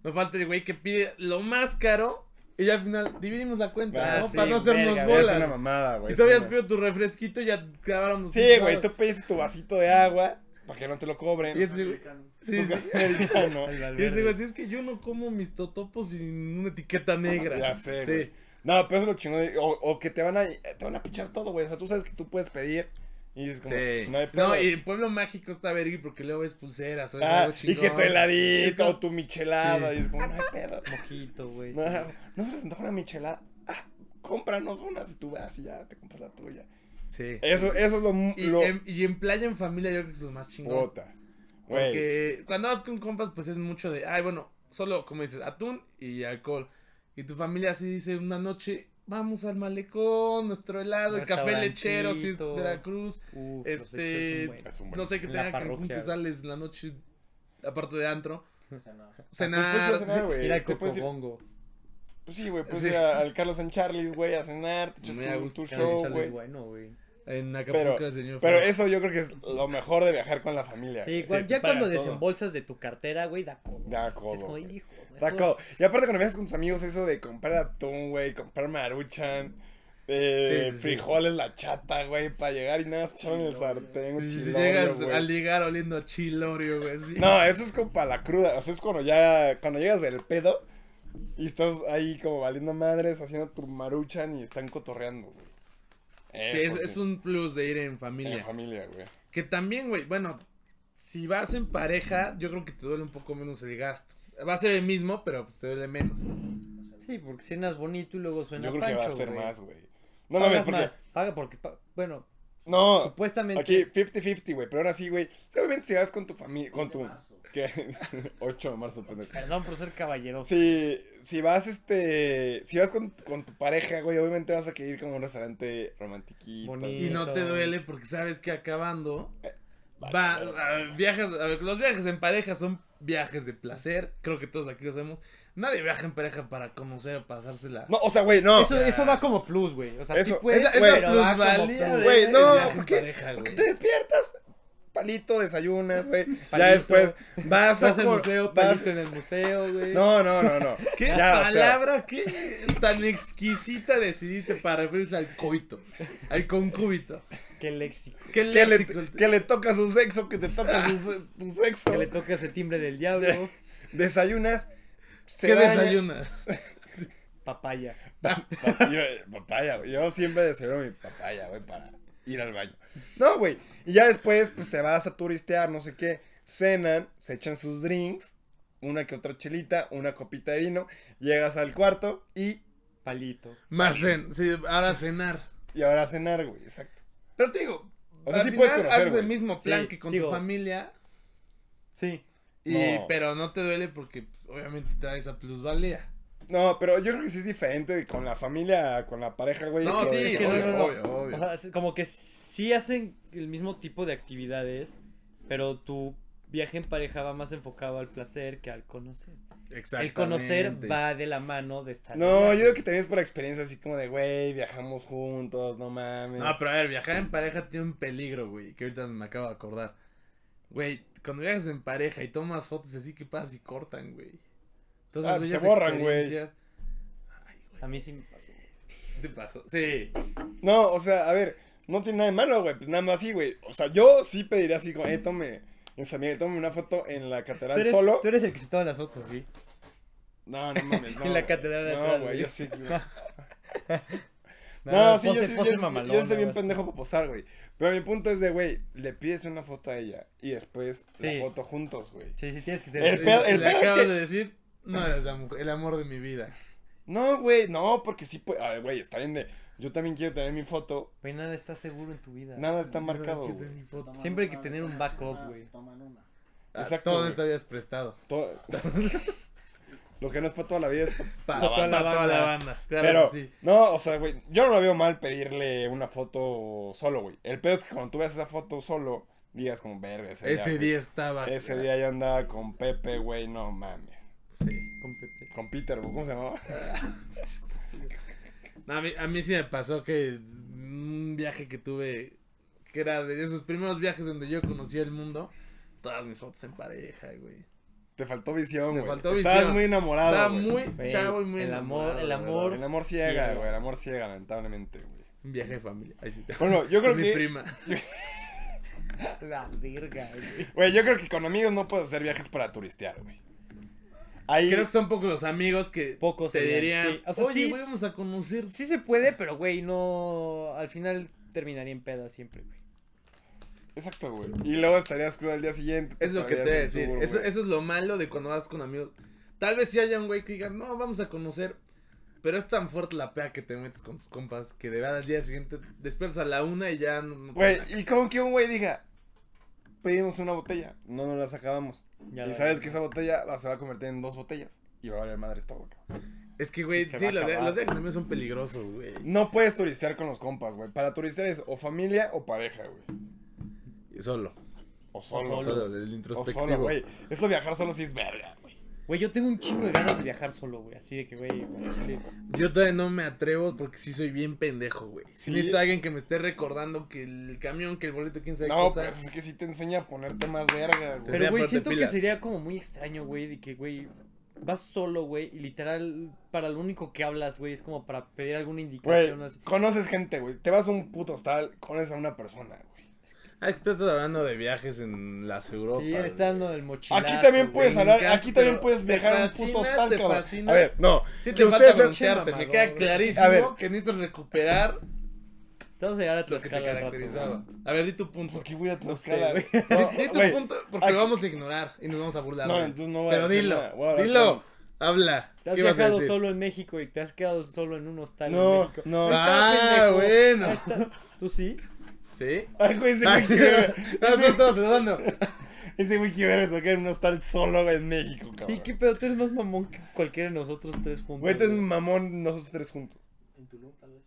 B: no falta el güey que pide lo más caro y ya al final dividimos la cuenta,
D: Ah,
B: ¿no?
D: sí,
B: Para no hacernos
C: verga,
D: Es
B: bolas.
D: una mamada,
B: y
D: güey. es
B: tú habías
D: una-
B: pedido tu refresquito y ya acabaron
D: Sí, güey, tú pediste tu vasito de agua para que no te lo cobren.
B: Y ese güey, sí,
D: Tu
B: sí.
D: americano.
B: Y ese güey, "Sí, es que yo no como mis totopos sin una etiqueta negra.
D: Ya sé,
B: Sí.
D: güey. No, pero eso es lo chingón. de- O, o que te van a te van a pichar todo, güey. O sea, tú sabes que tú puedes pedir y dices como,
B: Sí.
D: no hay
B: No,
D: pedo.
B: y Pueblo Mágico está vergui porque luego ves pulseras, ¿sabes?
D: Ah,
B: Algo
D: y que
B: chingón.
D: tu
B: Es
D: heladito
B: como-
D: o tu michelada.
B: Sí.
D: Y es como, no hay pedo.
C: Mojito, güey. sí.
D: No, no se les antoja una michelada. Ah, cómpranos una si tú vas y ya te compras la tuya.
B: Sí.
D: Eso, eso es lo. mu-
B: Y,
D: Eh, lo
B: en, y en playa, en familia, yo creo que es lo más chingón.
D: puta. Güey.
B: Porque cuando vas con compas, pues es mucho de, ay, bueno, solo, como dices, atún y alcohol. Y tu familia así dice una noche, vamos al malecón, nuestro helado, el café lechero, si es
C: Restaurancito.
B: Veracruz.
C: Uf, los
B: Este,
C: hechos son buenos.
D: Es un buen-
B: No sé qué
C: En la
B: tenga Cancún
C: parroquia,
B: que
C: güey.
B: sales en la noche, aparte de antro.
A: O sea, no.
B: Cenar.
D: Pues puedes ir a cenar, güey.
C: Ir al
D: Te puedes ir-
C: Cocobongo.
D: Pues sí, güey, puedes
B: Sí.
D: ir a- al Carlos and Charlie's, güey, a cenar, te echas
B: Me da
D: tu,
B: gusto
D: tu
B: que
C: Carlos
D: show,
C: Charles es
D: güey.
C: bueno, güey.
B: En Acapulco,
D: Pero,
B: señor.
D: pero
B: Flores.
D: eso yo creo que es lo mejor de viajar con la familia.
C: Sí,
D: güey.
C: cua-
D: te
C: ya
D: paga
C: cuando
D: todo.
C: desembolsas de tu cartera, güey, da codo.
D: Da
C: Sí,
D: codo,
C: Es como,
D: güey.
C: hijo,
D: Está
C: mejor-
D: codo. Y aparte cuando viajas con tus amigos, eso de comprar atún, güey, comprar maruchan, eh,
B: Sí, sí, sí.
D: frijoles, la chata, güey, para llegar y nada más echar en el sartén, un
B: Y si
D: chilorio,
B: llegas
D: güey.
B: al llegar oliendo a chilorio, güey. sí.
D: No, eso es como para la cruda. O sea, es cuando ya. Cuando llegas del pedo y estás ahí como valiendo madres, haciendo tu maruchan y están cotorreando, güey.
B: Sí, es,
D: Eso
B: es
D: sí,
B: un plus de ir en
D: En
B: familia.
D: familia, güey.
B: Que también, güey, bueno, si vas en pareja, yo creo que te duele un poco menos el gasto. Va a ser el mismo, pero pues, te duele menos.
C: Sí, porque cenas bonito y luego suena
D: Yo creo que
C: Pancho,
D: va a ser
C: güey.
D: más, güey. No
C: Pagas
D: mames, porque.
C: más. Paga porque, pa- bueno,
D: No,
C: supuestamente.
D: aquí 50-50, güey. Pero ahora sí, güey. sí, Obviamente si vas con tu familia. Con
A: Desde
D: tu.
A: marzo.
D: ¿Qué? 8 de marzo, pendejo.
C: Perdón por ser caballero.
D: Si, si vas, este. Si vas con, con tu pareja, güey, obviamente vas a querer ir como a un restaurante romantiquito.
C: Bonito.
B: Y no te
C: Exacto.
B: duele porque sabes que acabando
D: Eh, Va a
B: va,
D: comer,
B: a- viajas, a ver, los viajes en pareja son viajes de placer, creo que todos aquí lo sabemos. Nadie viaja en pareja para conocer, pasársela.
D: No, o sea, güey, no.
C: Eso, eso va como plus, güey. O sea, sí
D: Eso-
C: puedes,
B: es la, es
D: güey,
B: la
C: pero va como
B: plusvalía
C: plus.
B: de-
D: Güey,
B: del
D: no,
B: viaje en
D: ¿por qué?
B: pareja, güey.
D: te despiertas, palito, desayunas, güey. Ya
C: Palito.
D: después vas a
C: Vas al
D: cor-
C: museo,
D: vas-
C: palito en el museo, güey.
D: No, no, no, no.
B: ¿Qué
D: Ya, o sea,
B: palabra qué tan exquisita decidiste para referirse al coito, al concúbito?
C: Qué léxico.
B: ¿Qué
D: que, le,
B: léxico?
D: que le toca su sexo, que te toca su, se- tu sexo.
C: Que le tocas el timbre del diablo.
D: Desayunas. se
B: ¿Qué
D: baña-
B: desayunas?
C: Papaya.
D: Pa- pa- yo- eh, papaya, güey. Yo siempre desayuno mi papaya, güey, para ir al baño. No, güey. Y ya después, pues te vas a turistear, no sé qué. Cenan, se echan sus drinks, una que otra chelita, una copita de vino. Llegas al cuarto y,
C: Palito.
B: Más cen, sí, ahora cenar.
D: y ahora a cenar, güey. Exacto.
B: Pero te digo,
D: O sea,
B: al
D: sí puedes
B: final
D: conocer,
B: haces el
D: güey.
B: mismo plan
C: Sí,
B: que con
C: digo.
B: tu familia,
C: Sí.
B: y,
D: No.
B: pero no te duele porque pues, obviamente trae esa plusvalía.
D: No, pero yo creo que sí es diferente de con la familia, con la pareja, güey.
B: No,
D: es que-
B: sí,
D: es
C: que
D: que-
B: obvio,
C: no, no, no.
B: obvio, obvio.
C: O sea, es como que sí hacen el mismo tipo de actividades, pero tu viaje en pareja va más enfocado al placer que al conocer. El conocer
B: Exactamente.
C: va de la mano de estar.
D: No, yo creo que también es por experiencia así como de, güey, viajamos juntos, no mames.
B: No, pero a ver, viajar en pareja tiene un peligro, güey, que ahorita me acabo de acordar. Güey, cuando viajas en pareja y tomas fotos y así, ¿qué pasa si cortan, güey? Entonces,
D: Ah, pues se
B: bellas
D: borran, güey.
B: experiencias- Ay, güey,
C: A mí sí me pasó.
B: ¿qué te pasó? Sí.
D: No, o sea, a ver, no tiene nada de malo, güey, pues nada más así, güey. O sea, yo sí pediría así como, eh, tome, en San Miguel, tome una foto en la catedral solo.
C: tú eres el que se toma las fotos así.
D: No, no mames, no.
C: En la
D: güey.
C: catedral de
D: No,
C: atrás,
D: güey,
C: güey.
D: yo sí, güey. No, sí, yo,
C: pose-
D: sí,
C: pose
D: yo, sí-
C: mamalona,
D: yo soy bien
C: güey.
D: pendejo para posar, güey. Pero mi punto es de, güey, le pides una foto a ella y después
C: Sí.
D: la foto juntos, güey.
C: Sí, sí, tienes que
D: El
C: tener.
B: Si
D: pedo-
B: le
D: pedo es
B: acabas
D: que-
B: de decir, no eres la mujer- el amor de mi vida.
D: No, güey, no, porque sí puede. A ver, güey, está bien de. Yo también quiero tener mi foto.
C: Güey, nada está seguro en tu vida.
D: Nada está marcado,
B: Quiero
D: güey.
B: mi foto.
A: Toman
C: Siempre hay que
A: una,
C: tener un
A: toman
C: backup,
A: una,
C: güey.
A: se toman una.
B: Ah,
D: Exacto,
B: Todo
D: güey.
B: esto habías prestado.
D: Todo- Lo que no es para toda la vida es pa-
B: Pa-
C: Pa' toda la
B: pa'
C: banda.
B: Claro
D: Pero,
B: que sí.
D: no, o sea, güey, yo no lo veo mal pedirle una foto solo, güey. El pedo es que cuando tú veas esa foto solo, digas como, verga, ese,
B: Ese
D: güey.
B: día estaba.
D: Ese día yo andaba con Pepe, güey, no mames.
B: Sí.
C: Con Pepe.
D: Con Peter, güey, ¿cómo se llamaba?
B: No, a, mí, a mí sí me pasó que un viaje que tuve, que era de esos primeros viajes donde yo conocí el mundo, todas mis fotos en pareja, güey.
D: Te faltó visión,
B: Me
D: güey.
B: faltó
D: Estabas
B: visión.
D: muy enamorado,
B: Estaba
D: güey.
B: muy
C: Güey,
B: chavo y muy
C: el amor-
B: enamorado,
C: el
B: la
C: amor-
B: verdad.
D: El amor ciega,
C: Ciego.
D: güey, el amor ciega, lamentablemente, güey.
B: Un viaje de familia. Ahí sí.
D: Bueno, yo creo
B: Mi
D: que,
B: prima.
C: La verga, güey.
D: güey, yo creo que con amigos no puedo hacer viajes para turistear, güey. Ahí,
B: Creo que son pocos los amigos que
C: Pocos
B: te
C: serían,
B: dirían,
C: sí. O sea,
B: oye,
C: sí
B: güey,
C: es-
B: vamos a conocer.
C: Sí se puede, pero güey, no. Al final terminaría en peda siempre, güey.
D: exacto, güey. Y luego estarías crudo al día siguiente.
B: Es lo que te voy a
D: pararías en
B: decir.
D: tour,
B: Eso,
D: güey.
B: eso es lo malo de cuando vas con amigos. Tal vez si haya un güey que diga, no, vamos a conocer. Pero es tan fuerte la pea que te metes con tus compas que de verdad al día siguiente despiertas a la una y ya no. no te
D: Güey,
B: da.
D: y como que un güey diga, pedimos una botella, no nos la acabamos.
C: Ya
D: y
C: la-
D: sabes que esa botella ah, se va a convertir en dos botellas. Y va a valer madres todo, cabrón.
B: Es que, güey,
D: Se
B: sí,
D: va a
B: los, de-
D: acabar.
B: los de también son peligrosos, güey.
D: No puedes turistear con los compas, güey. Para turistear es o familia o pareja, güey.
B: Y Solo.
D: O solo.
B: Solo,
D: O
C: solo.
B: el
D: solo,
B: introspectivo.
D: güey. Eso viajar solo sí es verga, güey.
C: Güey, yo tengo un chingo de ganas de viajar solo, güey. Así de que, güey, al chile,
B: Yo todavía no me atrevo porque sí soy bien pendejo, güey. Si
D: Sí.
B: necesito a alguien que me esté recordando que el camión, que el boleto, quién sabe qué
D: No,
B: cosa.
D: pues es que sí te enseña a ponerte más verga, güey.
B: sea,
C: Pero, güey,
B: ponte
C: siento que
B: pilas.
C: sería como muy extraño, güey, de que, güey, vas solo, güey, y literal, para lo único que hablas, güey, es como para pedir alguna
D: Güey,
C: indicación. así.
D: conoces gente, güey. Te vas a un puto hostal, conoces a una persona, güey.
B: Ah, es que tú estás hablando de viajes en las Europas.
C: sí, él está
B: güey.
C: dando el mochilazo,
D: Aquí también
C: güey.
D: puedes
B: me
D: hablar,
B: encanta,
D: aquí también
B: pero
D: puedes
B: te
D: viajar a un
B: fascina,
D: puto hostal,
B: te
D: cabrón.
B: fascina.
D: A ver, no.
B: Sí,
D: que
B: te falta
D: ustedes-
B: broncearte.
C: Che,
B: Me queda
C: mamador, güey.
B: clarísimo
D: A ver.
B: que necesitas recuperar
C: Te vamos a llegar a
B: lo que te
C: Tlaxcala al rato, güey.
B: caracterizaba. A ver, di tu punto.
D: ¿Por qué voy a
C: No sé,
D: Tlaxcala,
C: güey.
D: güey? No,
B: Di tu
D: güey,
B: punto porque
D: aquí-
B: lo vamos a ignorar y nos vamos a burlar.
D: No,
B: güey.
D: entonces no voy a
B: Pero
D: decir
B: dilo,
D: nada, voy a hablar
B: dilo,
D: con-
B: habla.
C: Te has
B: ¿Qué ibas a
C: viajado
B: decir?
C: solo en México y te has quedado solo en un hostal en
D: No,
C: México.
D: no.
C: Ahí está,
B: Ah,
C: pendejo.
B: bueno.
C: Ahí está. ¿Tú sí?
B: ¿Sí?
D: Ay, güey, ese
B: Ah,
D: güey quiere-
B: no, no estamos saludando.
D: Ese güey quiere verse acá en un hostal solo güey, en México, cabrón.
C: Sí, qué pedo, tú eres más mamón que cualquiera de nosotros tres juntos.
D: Güey, tú eres
C: güey.
D: mamón nosotros tres juntos.
A: En Tulum, tal vez.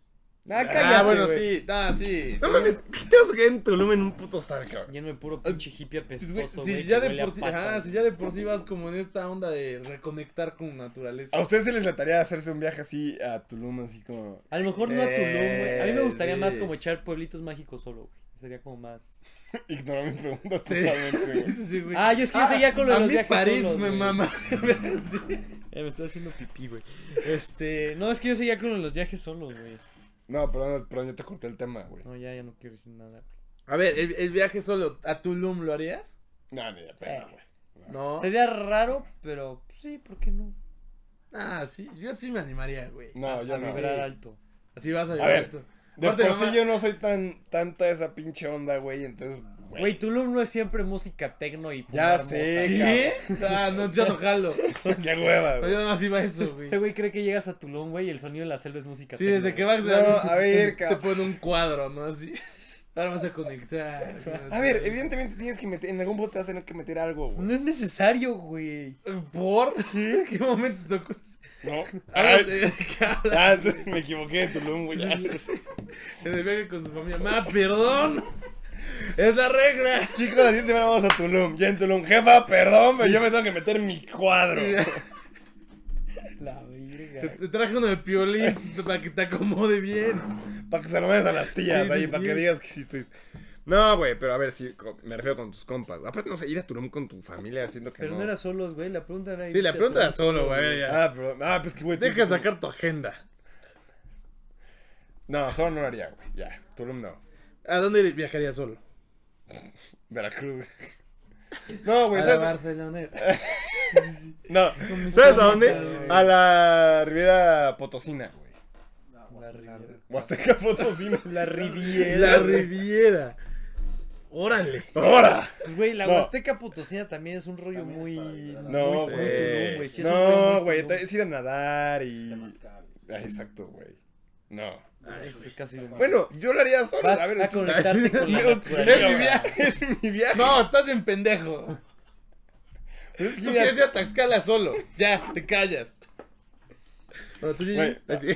C: Ah, cállate,
B: Ah, bueno,
C: güey.
B: sí, ah, sí.
D: No mames, ¿qué te vas a quedar en Tulum en un puto hostal, cabrón?
C: Lleno de puro pinche hippie
B: Pues, güey,
C: apestoso,
B: si
C: güey,
B: ya
C: que
B: de
C: huele a
B: por sí,
C: pata,
B: ajá,
C: güey.
B: si ya de por sí vas como en esta onda de reconectar con naturaleza.
D: A ustedes se les trataría de hacerse un viaje así a Tulum, así como...
C: A lo mejor no a Tulum, güey. A mí me
B: Eh,
C: gustaría más
B: sí.
C: como echar pueblitos mágicos solo, güey. Sería como más.
D: Ignoró mi pregunta
B: Sí.
D: totalmente, güey.
B: Sí, sí, sí, güey.
C: Ah, yo es que yo seguía con lo de
B: a
C: los
B: mí
C: viajes
B: París
C: solos,
B: me
C: güey.
B: mama. Sí.
C: Eh, me estoy haciendo pipí, güey. Este. No, es que yo seguía con lo de los viajes solos, güey.
D: No, perdón, perdón, yo te corté el tema, güey.
C: No, ya, ya no quiero decir nada.
B: A ver, el, el viaje solo a Tulum, ¿lo harías?
D: No, ni de pedo, güey.
B: No.
C: Sería raro, pero pues, sí, ¿por qué no?
B: Ah, sí, yo sí me animaría, güey.
D: No,
C: a,
D: yo
C: a
D: no.
C: vibrar alto.
B: Así vas a
D: A ver,
B: vivir tú.
D: De
B: Aparte,
D: por sí
B: mamá-
D: yo no soy tan tanta esa pinche onda, güey, entonces,
C: Güey, Tulum no es siempre música tecno y.
D: Ya
C: fumar
D: sé,
C: mota.
B: ¿Qué? Ah, no, yo no jalo.
D: Qué hueva,
B: No,
D: güey.
B: yo nada más iba a eso, güey.
C: Ese güey cree que llegas a Tulum, güey, y el sonido de la selva es música
B: Sí,
C: tecno,
B: desde que
C: güey.
B: vas
D: No, a ver,
B: te
D: cabrón.
B: ponen un cuadro, ¿no? Así. Ahora vas a conectar.
D: A ver, evidentemente tienes que meter, en algún punto te vas a tener que meter algo, güey.
C: No es necesario, güey.
B: ¿Por qué? ¿Qué momento te ocurre?
D: No.
B: Ahora
D: Ay,
B: se- ¿Qué hablas?
D: Ah, entonces me equivoqué de Tulum, güey. ya.
B: En el viaje con su familia. ¡Ma, perdón! ¡Es la regla!
D: Chicos, así semana vamos a Tulum. Ya en Tulum, jefa, perdón, pero yo me tengo que meter mi cuadro.
C: La
B: Te,
C: verga.
B: te traje uno de piolín para que te acomode bien.
D: Para que se lo vayas a las
B: Sí,
D: tías,
B: sí,
D: ahí, para
B: sí.
D: que digas que sí estuviste. No, güey, pero a ver, sí, co- me refiero con tus compas. Aparte, no sé, ir a Tulum con tu familia, siento que
C: Pero
D: no.
C: no era solos, güey. La pregunta era.
B: Sí, la
C: irte a
B: pregunta era
C: Tulum
B: solo, güey. a ver, ya.
D: Ah, perdón. Ah, pues que, güey. tú-
B: Deja sacar tu agenda.
D: No, solo no lo haría, güey. Ya, Tulum no.
B: ¿A dónde viajaría solo?
D: Veracruz. güey.
C: Pues
D: No, güey,
B: A
D: ¿sabes?
B: la Barcelona.
D: No,
C: mis
D: ¿sabes a dónde?
C: compitas, güey.
D: A la Riviera Potosina, güey.
A: No,
C: La
A: Guadalajara.
D: Mm.
C: Riviera.
D: Huasteca Potosina. La
B: La
D: Riviera.
B: Riviera. Órale.
D: ¡Ahora!
C: Pues, güey, la
D: No.
C: Huasteca Potosina también es un rollo
A: También es
C: muy.
A: para vibrar alto.
D: No,
C: muy
D: güey.
C: Tulum, güey. Sí es un rollo
D: no,
C: muy
D: güey.
C: Tulum.
D: Es ir a nadar y.
A: Temazcal.
D: Ah, exacto, güey. No.
C: Ay, sí, Ah, casi lo mismo.
D: Bueno, yo lo haría solo.
C: Vas
D: a ver,
C: a
D: entonces-
C: conectarte con la
D: Digo,
C: naturaleza.
D: Es mi viaje, es mi viaje.
B: No, estás bien pendejo.
D: Pero es que
B: Tú
D: mira,
B: quieres ir a Tlaxcala solo. Ya, te callas. Bueno, tú, Gigi,
D: Güey,
B: así.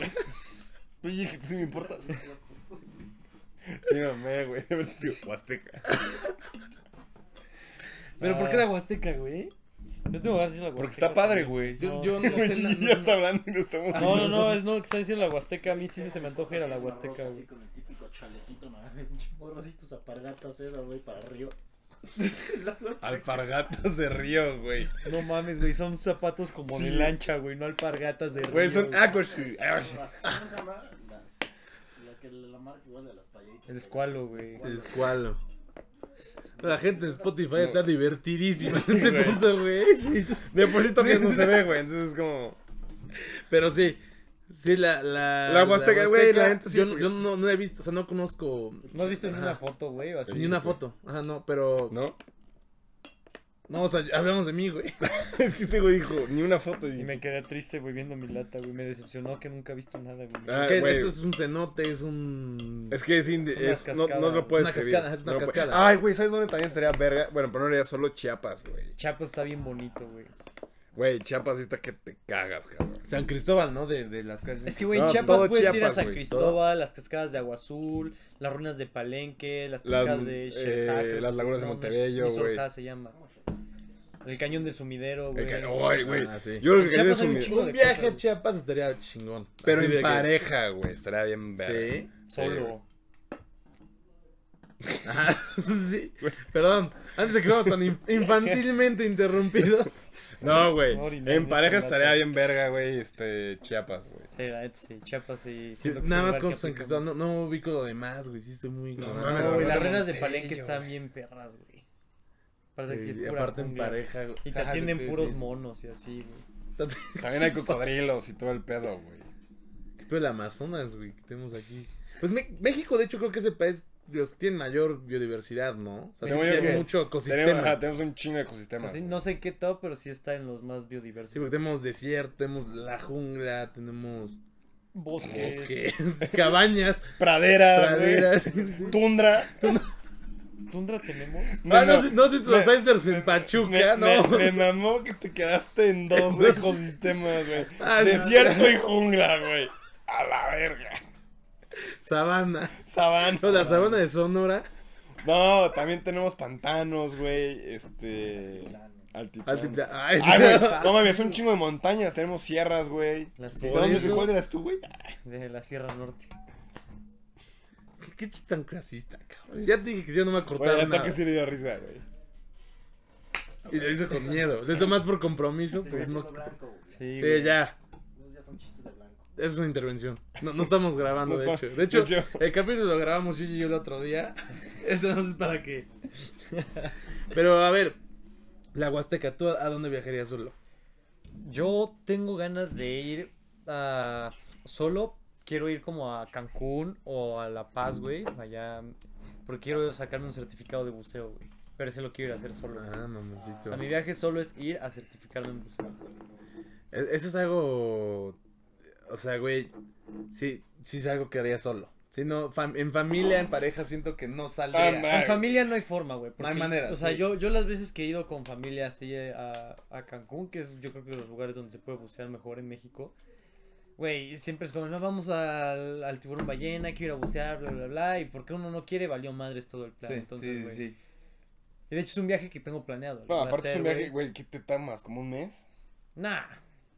D: tú y- tú sí me importas. Sí, mamé, güey. A ver, digo, Huasteca.
B: Pero ¿por qué la Huasteca, güey?
C: Yo tengo ganas de decir la Huasteca.
D: Porque está padre, güey.
B: Yo
C: No.
B: yo no,
D: Güey,
B: sé na-
D: ya está hablando y lo estamos.
C: No, no, no, es no que está diciendo la Huasteca. A mí sí se me antoja ir a la Huasteca,
A: Así
C: güey.
A: con el típico chaletito, ¿no? Un chimorro así, tus apargatas esas, güey, para arriba. La- la-
D: Alpargatas de río, güey.
C: No mames, güey. Son zapatos como de
D: Sí.
C: lancha, güey. No alpargatas de río.
D: Güey, son
C: güey.
D: Aquashoe.
A: las- ¿Cómo se llama? Las- La que la marca igual de las payaditas.
C: El escualo, güey.
B: El escualo. La gente en Spotify está divertidísima en este
D: güey.
B: punto, güey. Sí.
D: De por sí todavía no se ve, güey. Entonces es como.
B: Pero sí. Sí, la. La,
D: La Huasteca, güey,
B: Huasteca,
D: la neta sí,
B: Yo,
D: porque-
B: yo no, no he visto, o sea, no conozco
C: ¿No has visto ni
B: Ajá.
C: una foto, güey? o así?
B: ni una foto. Ajá, no, pero.
D: ¿No?
B: No, o sea, hablamos de mí, güey.
D: Es que este güey dijo, ni una foto. Y...
C: Y me quedé triste, güey, viendo mi lata, güey. Me decepcionó que nunca he visto nada, güey.
D: Ah,
B: Que
D: güey.
B: esto es un cenote, es un...
D: Es que es, indi-
C: Una
D: es- no,
C: cascada.
D: no lo puedes
B: Una
D: escribir.
B: cascada, es una
D: No lo puede-
B: cascada.
D: Ay, güey, ¿sabes dónde también estaría verga? Bueno, pero no era solo Chiapas, güey.
C: Chapo está bien bonito, güey.
D: Güey, Chiapas sí está que te cagas, cabrón.
B: San Cristóbal, ¿no? De, de las calles.
C: Es que, güey,
D: No,
C: en
D: todo
C: Chiapas puedes ir a
D: Chiapas,
C: San
D: güey,
C: Cristóbal, las cascadas de Agua Azul, las ruinas de Palenque, las
D: Las,
C: cascadas de
D: eh,
C: Xerjá, creo que
D: las
C: se-
D: lagunas de
C: no, no es-
D: Montebello,
C: no es
D: güey.
C: Xerjá, se llama. El cañón del sumidero, güey.
D: El ca- Ay, güey.
B: Ah, sí.
D: Yo
C: En
D: creo que es
C: Chiapas hay un
D: un...
C: chingo
B: Un
C: de
B: viaje
C: cosas.
B: a Chiapas estaría chingón.
D: Pero
B: Así de
D: en
B: que-
D: pareja, güey. Estaría bien verga.
B: Sí.
D: Eh.
C: Solo.
B: Ajá, sí. Perdón, antes de que fuéramos tan inf- infantilmente interrumpidos.
D: No, güey.
C: No, orinando
D: En pareja
C: esta
D: estaría
C: lata.
D: bien verga, güey, este, Chiapas, güey.
C: Sí, la neta, sí, Chiapas y...
B: Nada más con San Cristóbal, no, no ubico lo demás, güey. Sí, estoy muy.
D: No,
B: ignorante.
D: mames,
C: No, güey,
D: la
C: las
D: verdad,
C: ruinas de
D: Montebello,
C: Palenque están
D: güey.
C: bien perras, güey. Aparte, sí es
B: Y
C: pura
B: aparte en
C: jungla.
B: pareja. güey.
C: Y te
B: Ajá,
C: atienden
B: sí,
C: puros
B: sí.
C: monos y así, güey.
D: También hay cocodrilos y todo el pedo, güey.
B: Pero el Amazonas, güey, que tenemos aquí. Pues Me- México, de hecho, creo que es el país de los que tienen mayor biodiversidad, ¿no? O sea, sí
D: Según yo
B: tiene
D: que
B: mucho
D: Tenemos,
B: ecosistema.
D: ajá, tenemos un chingo de
C: O sea,
D: ecosistemas.
C: sí, no sé en qué todo, pero sí está en los más biodiversos.
B: Sí, porque tenemos desierto, tenemos la jungla, tenemos
C: Bosques.
B: bosques, cabañas,
D: Pradera, güey.
B: praderas. sí.
D: Tundra.
C: ¿Tundra tenemos?
B: ah, no, si- no, si los icebergs en Pachuca,
D: me-
B: no.
D: me mamó que te quedaste en dos
B: Entonces-
D: ecosistemas, güey.
B: Ah, no.
D: Desierto y jungla, güey. A la verga.
B: Sabana.
D: Sabana.
B: No, la sabana de Sonora.
D: No, también tenemos pantanos, güey. Este. Altiplano.
B: Altipla- Ay, sí.
D: Ay, güey. No mames, un chingo de montañas. Tenemos sierras, güey.
C: La
D: ¿De
C: sierra.
D: dónde
B: eso-
D: cuál eras tú, güey?
C: De la Sierra Norte.
B: ¿Qué, qué chiste tan clasista, cabrón. Ya te dije que yo no me
D: Bueno,
B: acortaba
D: el
B: nada.
D: ataque sí le dio risa, güey.
B: Y lo hizo con miedo. Lo hizo más por compromiso.
A: Se está
B: pues no-
A: haciendo blanco, güey.
B: Sí,
C: Sí, güey.
B: ya.
A: Esos ya son chistes de blanco.
B: Esa es una intervención. No, no estamos grabando,
D: No
B: de,
D: está-
B: hecho. de hecho.
D: de hecho.
B: el capítulo lo grabamos Gigi y yo el otro día. Esto no es para qué. Pero a ver, la Huasteca, ¿tú a a dónde viajarías solo?
C: Yo tengo ganas de ir a... Solo quiero ir como a Cancún o a La Paz, güey. Allá. Porque quiero sacarme un certificado de buceo, güey. Pero ese lo quiero ir a hacer solo.
B: Ah,
C: O
B: mamoncito.
C: sea, mi viaje solo es ir a certificarme en buceo.
B: E- Eso es algo. O sea, güey. Sí, sí es algo que haría solo. Si no, fam- en familia, en pareja, siento que no saldría.
D: Ah, man.
C: En familia no hay forma, güey. porque-
B: hay manera,
C: O sea,
B: sí.
C: yo, yo las veces que he ido con familia así eh, a, a Cancún, que es yo creo que los lugares donde se puede bucear mejor en México, güey, siempre es como, no, vamos al, al tiburón ballena, hay que ir a bucear, bla, bla, bla, y porque uno no quiere, valió madres todo el plan.
B: Sí,
C: entonces,
B: sí,
C: güey.
B: sí.
C: Y de hecho es un viaje que tengo planeado. lo
D: No,
C: voy a
D: aparte es
C: hacer,
D: un viaje, güey. ¿Qué te tamas? ¿Como un mes?
C: Nah,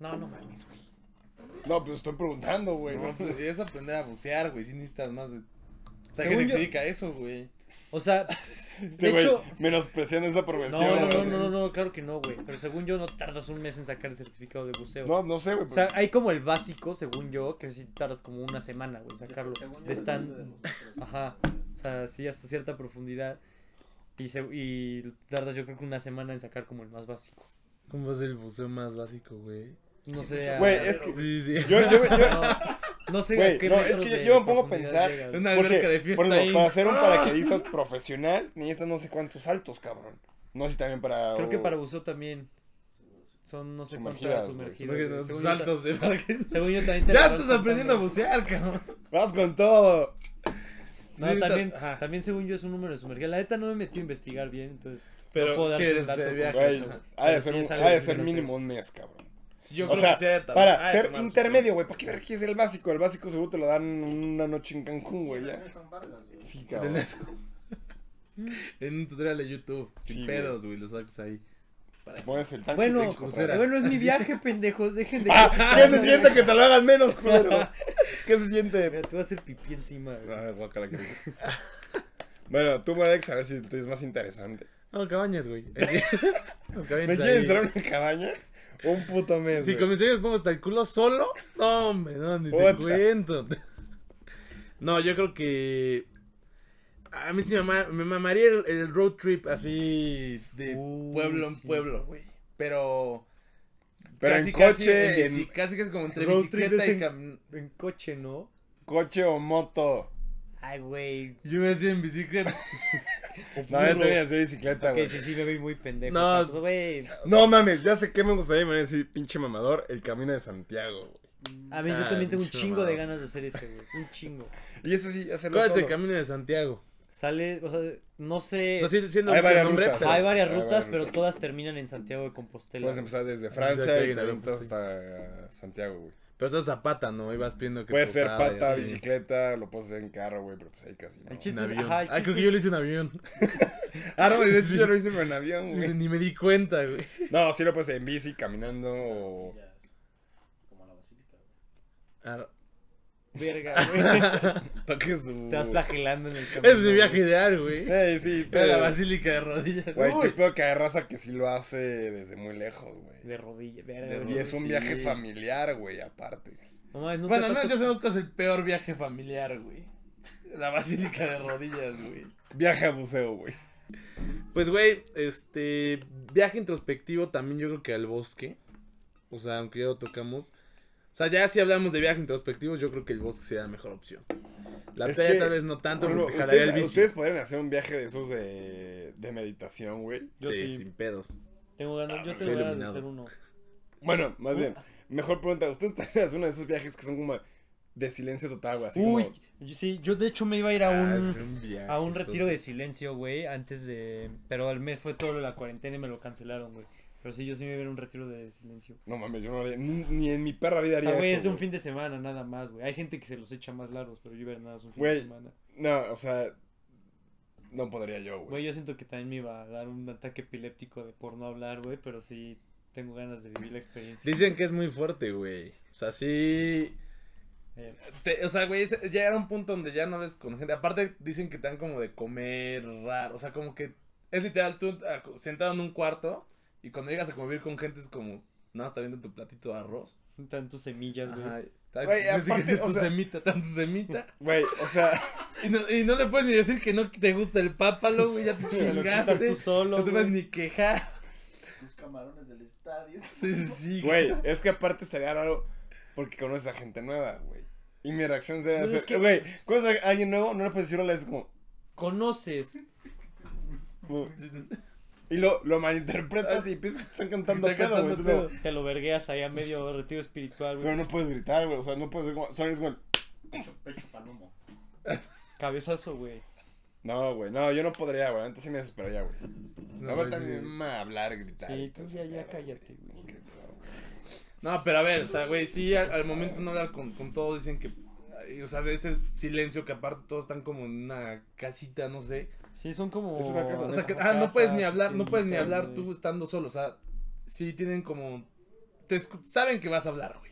C: no, no mames, güey.
D: No, pues estoy preguntando, güey.
B: No,
D: ¿no?
B: pues, es aprender a bucear, güey. Si necesitas más de. O sea,
C: Según
B: gente que se
C: yo-
B: dedica a eso, güey.
C: O sea,
D: Este
C: de
D: güey
C: hecho...
D: menospreciando esa
C: No,
D: profesión.
C: no, no,
D: güey.
C: no, no, no, claro que no, güey. Pero según yo no tardas un mes en sacar el certificado de buceo.
D: No, no sé, güey.
C: O sea, hay como el básico, según yo, que sí tardas como una semana, güey, sacarlo.
A: Según yo,
C: De
A: depende de
C: tan...
A: los otros.
C: Ajá. O sea, sí, hasta cierta profundidad. Y, se- y tardas yo creo que una semana en sacar como el más básico.
B: ¿Cómo es el buceo más básico, güey?
C: No sé. a-
D: Güey, es que-
B: Sí, sí.
D: Yo, yo, yo,
C: No, no sé. a
D: Güey,
C: qué
D: no,
C: metros
D: es que yo-
C: de
D: yo me pongo a
C: profundidad
D: pensar-
C: llegas,
B: Es
C: güey.
B: una
D: Porque,
B: alberca de fiesta
D: por
B: ahí.
D: ejemplo, para ser un paracaidista profesional, necesitas no sé cuántos saltos, cabrón. No sé si también para.
C: Creo que para buceo también son no sé cuántas
D: Sumergidas, güey.
B: Porque los
C: sumergidas. güey. Según yo
B: saltos de
C: ta- Según yo también te
B: pues, Ya
C: la
B: estás
C: van
B: aprendiendo a
C: contando.
B: bucear, cabrón.
D: ¡Vas con todo!
C: No,
B: Sí,
C: también,
B: ta- ajá.
C: también según yo es un número de sumergidas. La neta no me metí a investigar bien, entonces.
B: Pero,
C: puedo darte
B: ¿qué
C: un
B: es ese
C: dato
B: viaje?
D: Güey,
C: completo.
D: ha de
C: Pero
D: ser,
C: sí
D: un-
C: es algo
D: ha de
C: que
D: ser
C: no sé.
D: mínimo un mes, cabrón.
B: Yo
D: O
B: creo
D: sea,
B: que sea tam-
D: para
B: ah,
D: ser
B: tomar su-
D: intermedio, güey. ¿Para qué ver qué es el básico? El básico seguro te lo dan una noche en Cancún, güey. ya.
A: Nelson Vargas, güey.
D: Sí, cabrón.
B: Tener- En un tutorial de YouTube, sin
D: Sí, güey.
B: pedos, güey, los sacas ahí.
D: Pones el tanque
C: Bueno,
D: y te echas contra
B: crucera.
D: la-
C: Bueno, es mi viaje, pendejos. Dejen de.
D: ¡Ah! ¿Qué se siente que te lo hagan menos, culero? ¿Qué se siente?
C: Mira, te voy a hacer pipí encima, güey.
D: Ah, guácala, qué rico. Bueno, tú, Alex, a ver si el tuyo es más interesante.
B: No, cabañas, güey. Los
D: ¿Me
B: cabañas ahí.
D: quieres dar una cabaña? Un puto mes.
B: Si
D: güey.
B: con mis sueños pongo hasta el culo solo, no, hombre, no, ni te
D: Otra.
B: cuento. No, yo creo que. A mí sí me, mama- me mamaría el, el road trip así de
C: Uy,
B: pueblo en
C: sí.
B: pueblo, güey. Pero.
D: Pero
B: casi,
D: en
B: casi
D: coche,
B: en bici-
D: en
B: Casi que es como entre
D: road
B: bicicleta y
D: trip es
B: cam...
C: En coche, ¿no?
D: coche o moto.
C: Ay, güey.
B: Yo me hacía en bicicleta.
D: No, ya tenía que hacer bicicleta,
C: Ok,
D: güey.
C: sí, sí, me vi muy pendejo.
B: No.
C: pero, pues, güey.
D: No mames, ya sé qué me gustaría. Me van a decir, pinche mamador, el camino de Santiago, güey.
C: A mí
B: Ah,
C: yo también tengo un
B: pinche
C: chingo de
B: mamado.
C: ganas de hacer eso, güey. Un chingo.
D: Y eso sí, hacerlo
B: ¿Cuál es el
D: solo.
B: camino de Santiago?
C: Sale, o sea, no sé.
B: O sea, sí- siendo
D: Hay
B: el
D: varias
B: nombre,
D: rutas.
B: pero- Ah,
C: hay varias
D: hay
C: rutas,
D: varias
C: pero
D: rutas.
C: todas terminan en Santiago de Compostela.
D: Puedes
C: güey.
D: empezar desde Francia
B: Exacto,
D: y
B: y
D: te
B: de-
D: avientas hasta Santiago, güey.
B: Pero tú zapata, ¿no? Y vas viendo que.
D: Puede ser
B: posada y
D: pata,
B: así.
D: bicicleta, lo puedes hacer en carro, güey, pero pues ahí casi no.
C: El
B: En
C: chiste es.
B: avión.
C: Ajá, el
B: ah,
C: chiste
B: creo que yo
C: es-
B: lo hice en avión.
D: Ah, no, de hecho yo lo hice pero en avión,
B: Sí,
D: güey.
B: Ni me di cuenta, güey.
D: No, sí lo puedes hacer en bici, caminando o...
A: Ya es Como la basílica, güey.
B: Ah,
C: Verga, güey.
D: Toques su...
C: Te vas flagelando en el camino.
B: Uh. Ese es mi viaje ideal, güey.
D: Eh, sí,
B: Era la
D: pero-
B: basílica de rodillas.
D: Güey,
B: Uy.
D: qué pedo que hay raza que sí lo hace desde muy lejos,
C: güey.
D: güey.
C: De rodilla, verga.
B: De
C: güey.
D: Y es un
B: sí.
D: viaje familiar, güey, aparte.
C: No mames, nunca
B: Bueno,
C: te
B: no,
C: ha
B: yo
C: tocado-
B: sabemos cuál es el peor viaje familiar, güey. La basílica de rodillas, güey.
D: Viaje a buceo, güey.
B: Pues, güey, este. Viaje introspectivo también yo creo que al bosque. O sea, aunque ya lo tocamos. O sea, ya si hablamos de viaje introspectivo, yo creo que el bosque sería la mejor opción. La
D: Es
B: playa
D: que-
B: tal vez no tanto,
D: Bueno,
B: porque jalaría el
D: ustedes,
B: bici.
D: ustedes podrían hacer un viaje de esos de, de meditación, güey.
C: Yo
B: sí,
C: sí.
B: sin pedos.
C: Tengo ganas, yo
D: Ah,
C: tengo
B: qué
C: ganas de
B: iluminado.
C: hacer uno.
D: Bueno, más bien, mejor pregunta. ¿Ustedes podrían hacer uno de esos viajes que son como de silencio total, güey? Así
C: Uy,
D: como-
C: yo sí, yo de hecho me iba a ir a
B: Ah, es
C: un.
B: un viaje,
C: A un retiro
B: todo.
C: de silencio, güey, antes de... Pero al mes fue todo lo de la cuarentena y me lo cancelaron, güey. Pero sí, yo sí me iba a ir a un retiro de silencio.
D: No mames, yo no haría, ni, ni en mi perra vida
C: O
D: haría
C: sea, güey,
D: eso,
C: es de un
D: güey.
C: fin de semana nada más, güey. Hay gente que se los echa más largos, pero yo iba a ir nada más un fin
D: Güey.
C: de semana.
D: No, o sea, no podría yo, güey.
C: Güey, yo siento que también me iba a dar un ataque epiléptico de por no hablar, güey, pero sí tengo ganas de vivir la experiencia.
B: Dicen que es muy fuerte, güey. O sea, sí.
C: Eh,
B: te- o sea, güey, ese- ya era un punto donde ya no ves con gente. Aparte, dicen que te dan como de comer raro. O sea, como que es literal tú ac- sentado en un cuarto y cuando llegas a convivir con gente es como, nada, está viendo tu platito de arroz.
C: juntan tus semillas,
B: Ajá.
C: güey.
B: Tan-
D: Güey,
B: tienes
D: aparte,
B: que hacer
D: o
B: tu
D: sea-
B: semita, tan tu semita.
D: Güey, o sea,
B: Y no, y no le puedes ni decir que no te gusta el pápalo, güey, ya te
C: Te Los juntas
B: chingaste.
C: tú solo,
B: No te puedes
C: güey.
B: ni quejar.
A: Tus camarones del estadio.
B: Sí, sí, sí.
D: güey, es que aparte estaría raro porque conoces a gente nueva, güey. Y mi reacción sería
C: Pues es
D: hacer,
C: que-
D: güey, conoces a alguien nuevo, no le puedes decir hola, es como...
C: Conoces.
D: como- Y lo, lo malinterpretas y piensas que están cantando
B: Está
D: pedo, güey.
B: cantando
D: tú como,
B: pedo.
C: Te lo vergueas ahí a medio retiro espiritual,
D: Pero
C: güey.
D: no puedes gritar, güey, o sea, no puedes ser como... Solo eres como... el,
A: Pecho, pecho palomo.
C: Cabezazo, güey.
D: No, güey, no, yo no podría, güey, antes sí me desesperaría, güey.
B: No,
D: a ver,
B: güey,
D: también
B: sí.
D: ma, hablar, gritar.
C: Sí,
D: y
C: tú
D: todo
C: ya,
D: ese
C: ya
D: pedo,
C: cállate, güey.
D: Qué pedo, güey.
B: No, pero a ver, o sea, güey, sí, al, al momento no hablar con, con todos dicen que. ay, O sea, de ese silencio que aparte todos están como en una casita, no sé.
C: Sí, son como...
D: Es una casa,
B: O
D: Son
B: sea, que
C: como
B: ah, no puedes ni
C: casas,
B: hablar, no puedes ni
C: tienditas,
B: hablar
C: güey.
B: tú estando solo. O sea, sí tienen como. Te escu- saben que vas a hablar, güey.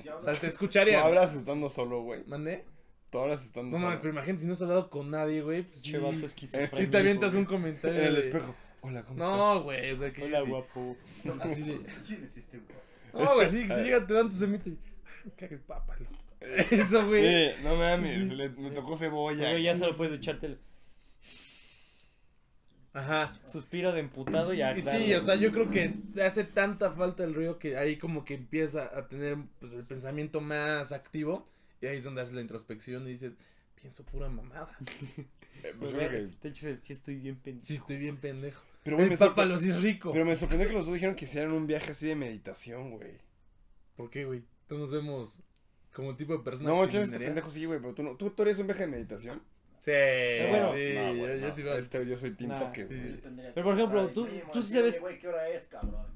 A: Si
B: O
A: hablas,
B: sea, te
D: Tú
B: escucharían.
D: hablas estando solo, güey.
B: ¿Mandé?
D: Tú hablas estando
B: No mames,
D: solo.
B: pero imagínate si no has hablado con nadie, güey. Pues,
C: Che, vato
B: sí,
C: esquizofrénico,
B: sí te avientas
C: güey.
B: un comentario.
D: En el
B: de-
D: espejo. Hola, ¿cómo estás?
B: No, güey, o sea que.
C: Hola,
B: sí.
C: guapo.
B: así de-
A: ¿Quién es este güey?
B: No, güey, sí, te llega, te dan tu semita y. "Ay, Caga el pápalo. Eso, güey.
D: Eh, no mames, le- me tocó cebolla.
C: Güey, ya solo puedes echarte
B: Ajá.
C: suspiro de emputado y a
B: Y sí, o sea, yo creo que le hace tanta falta el ruido que ahí como que empieza a tener pues, el pensamiento más activo y ahí es donde haces la introspección y dices, pienso pura mamada.
D: Eh, pues yo creo que-
C: Te echas el sí estoy bien
B: Sí,
C: pendiente.
B: estoy bien pendejo.
D: Pero, güey,
B: El
D: me sorpre-
B: pápalo sí es rico.
D: pero me sorprendió que los dos dijeron que hicieran un viaje así de meditación, güey.
B: ¿Por qué, güey? Tú nos vemos como el tipo de persona
D: No,
B: que se
D: manches, este
B: minería.
D: pendejo sí, güey, pero tú no. ¿Tú, tú harías un viaje de meditación?
B: Sí,
C: bueno,
B: sí,
D: no,
B: yo,
D: güey,
B: yo
D: no.
B: sí voy.
D: Este, yo soy Team
C: Nah,
D: Toques,
B: sí.
D: güey.
A: Yo tendría
C: Pero, por
A: que
C: ejemplo,
A: parar y
C: tú-
A: primo,
C: tú sí
A: decirle,
C: sabes-
A: Güey, ¿qué hora es, cabrón?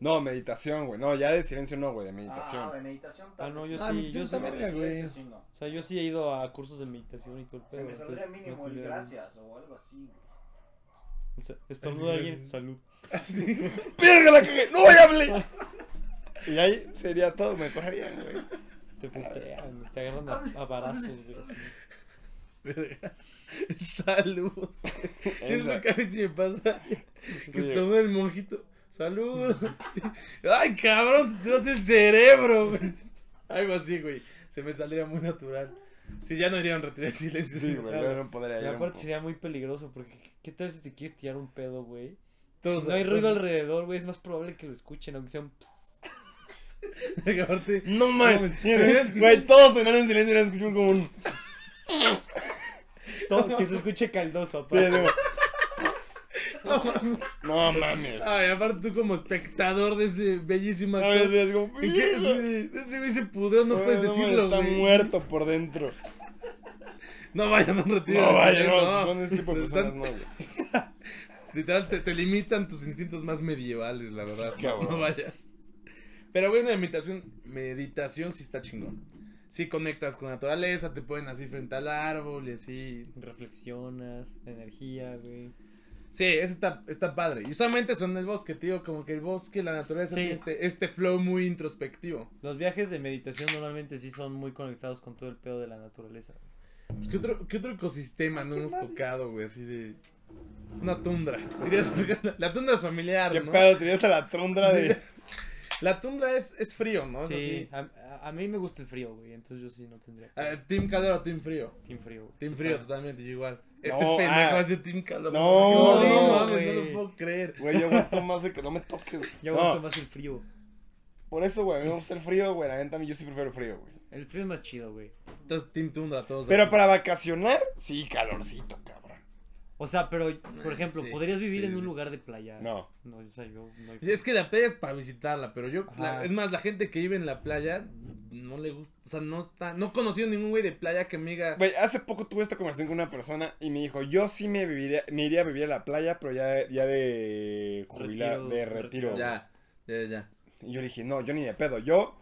D: No, meditación, güey. No, ya de silencio no, güey, de meditación.
A: Ah, de meditación
C: Ah,
A: tal
C: no,
A: vez
C: yo
A: sí.
B: Ah,
C: sí,
B: pues
C: yo
B: sí,
C: sí.
A: Pero
B: también.
A: de
B: verga, güey.
A: silencio sí no.
C: O sea, yo sí he ido a cursos de meditación y todo el
A: Se
C: pedo.
A: me saldría mínimo el
C: el
A: gracias o algo así. güey.
C: Estornuda a alguien, salud.
D: ¡Verga, la cagué! ¡No, ya hablé! y ahí sería todo, me correrían, güey.
C: Te putean, güey, te agarran a, a barazos, güey. así.
B: Verga. Salud. Eso
D: Esa-
B: que a veces me pasa. Que
D: Sí.
B: estornuda el monjito. Saludos. Sí. Ay, cabrón, se te va a hacer el cerebro, güey. Algo así, güey. Se me saldría muy natural. Si ya no iría a un retiro de silencio.
D: Sí,
B: sino
D: güey,
B: nada.
D: yo no podría
C: Y
D: ir.
C: aparte sería muy peligroso porque ¿qué tal si te quieres tirar un pedo, güey? Si
B: Todos-
C: no hay ruido
B: todos-
C: alrededor, güey, es más probable que lo escuchen, aunque sea un... pss.
B: Porque aparte-
D: No
B: No,
D: mames,
B: güey.
D: güey, todos cenaron en silencio y ahora escuchó como un.
C: To- que se escuche caldoso,
D: Sí,
C: aparte.
D: digo, No mames.
B: Ay, aparte tú como espectador de ese bellísimo
D: A veces
B: actor.
D: ves como,
B: ¿Y qué? Ese ese güey se pudrió, no
D: "Ay,
B: puedes
D: mames,
B: decirlo,
D: Está
B: güey.
D: muerto por dentro.
B: No vayan a un retiro.
D: No,
B: de
D: vaya,
B: cerebro,
D: no, son este tipo de
B: Están-
D: personas, no, güey.
B: Literal, te, te limitan tus instintos más medievales, la verdad.
D: Sí,
B: no,
D: cabrón.
B: no vayas. Pero, güey, una meditación, meditación sí está chingón. Sí conectas con la naturaleza, te ponen así frente al árbol y así.
C: Reflexionas, energía, güey.
B: Sí, eso está, está padre. Y usualmente son en el bosque, tío. Como que el bosque, la naturaleza,
C: Sí.
B: tiene este, este flow muy introspectivo.
C: Los viajes de meditación normalmente sí son muy conectados con todo el pedo de la naturaleza.
B: Pues, ¿Qué otro, qué otro ecosistema no hemos tocado, güey? Así de. Una tundra. Dirías, La tundra es familiar,
D: ¿Qué
B: ¿no?
D: pedo? Te ibas a la tundra de.
B: La tundra es, es frío, ¿no? Es
C: sí,
B: así.
C: a, a- a mí me gusta el frío, güey. Entonces yo sí no tendría.
B: Eh, ¿Team calor o team frío?
C: Team frío. güey.
B: Team frío, totalmente, yo igual. Este
D: No,
B: pendejo
D: ah.
B: hace team calor.
D: No,
B: no,
D: no,
B: mames,
C: güey.
B: no lo puedo creer.
D: Güey, yo aguanto más de que no me toques. güey.
C: Ya
D: No,
C: aguanto más el frío.
D: Por eso, güey, a mí me gusta el frío, güey. La neta, a mí yo sí prefiero el frío, güey.
C: El frío es más chido, güey.
B: Entonces, team tundra, todos.
D: Pero
B: aquí.
D: para vacacionar, sí, calorcito, cabrón.
C: O sea, pero, por ejemplo,
B: Mm, sí,
C: podrías vivir
B: sí,
C: en un
B: sí.
C: lugar de playa.
D: No.
C: No, o sea, yo no hay-
B: Es que la playa es para visitarla, pero yo, la-
C: Ajá.
B: es más, la gente que vive en la playa no le gusta, o sea, no está, no he conocido ningún güey de playa que me diga,
D: Güey, hace poco tuve esta conversación con una persona y me dijo, yo sí me, viviría- me iría a vivir a la playa, pero ya, ya de jubilar,
C: Retiro,
D: de
C: retiro.
D: retiro. güey".
B: ya, ya, ya.
D: Y yo le dije, no, yo ni de pedo. Yo,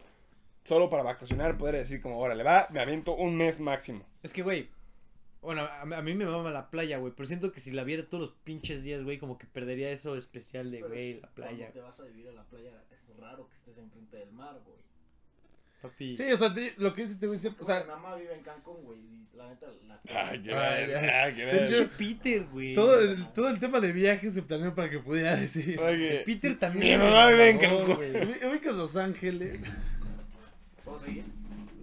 D: solo para vacacionar, podría decir como, órale, va, me aviento un mes máximo.
C: Es que, güey. Bueno, a, a mí me mama la playa, güey. Pero siento que si la viera todos los pinches días, güey, como que perdería eso especial de,
A: Pero
C: güey,
A: si
C: la playa.
A: Cuando te vas a vivir a la playa, es raro que estés enfrente del mar, güey.
C: Papi.
B: Sí, o sea, te- lo que dices te voy a decir, o
A: O sea, mi
B: sea,
A: mamá vive en Cancún, güey, y la neta, la...
D: Ay, Ah, qué
B: Ay,
D: ves,
B: ay.
D: ay, qué
B: De
D: ves.
B: hecho,
C: Pinche Peter, güey.
B: todo el, todo el tema de viajes se planeó para que pudiera decir.
D: Oye,
C: Peter también.
D: Mi
C: güey,
D: mamá
C: me
D: vive en
C: mamó,
D: Cancún.
C: güey.
B: Ubi- Ubicas Los Ángeles.
A: ¿Puedo seguir?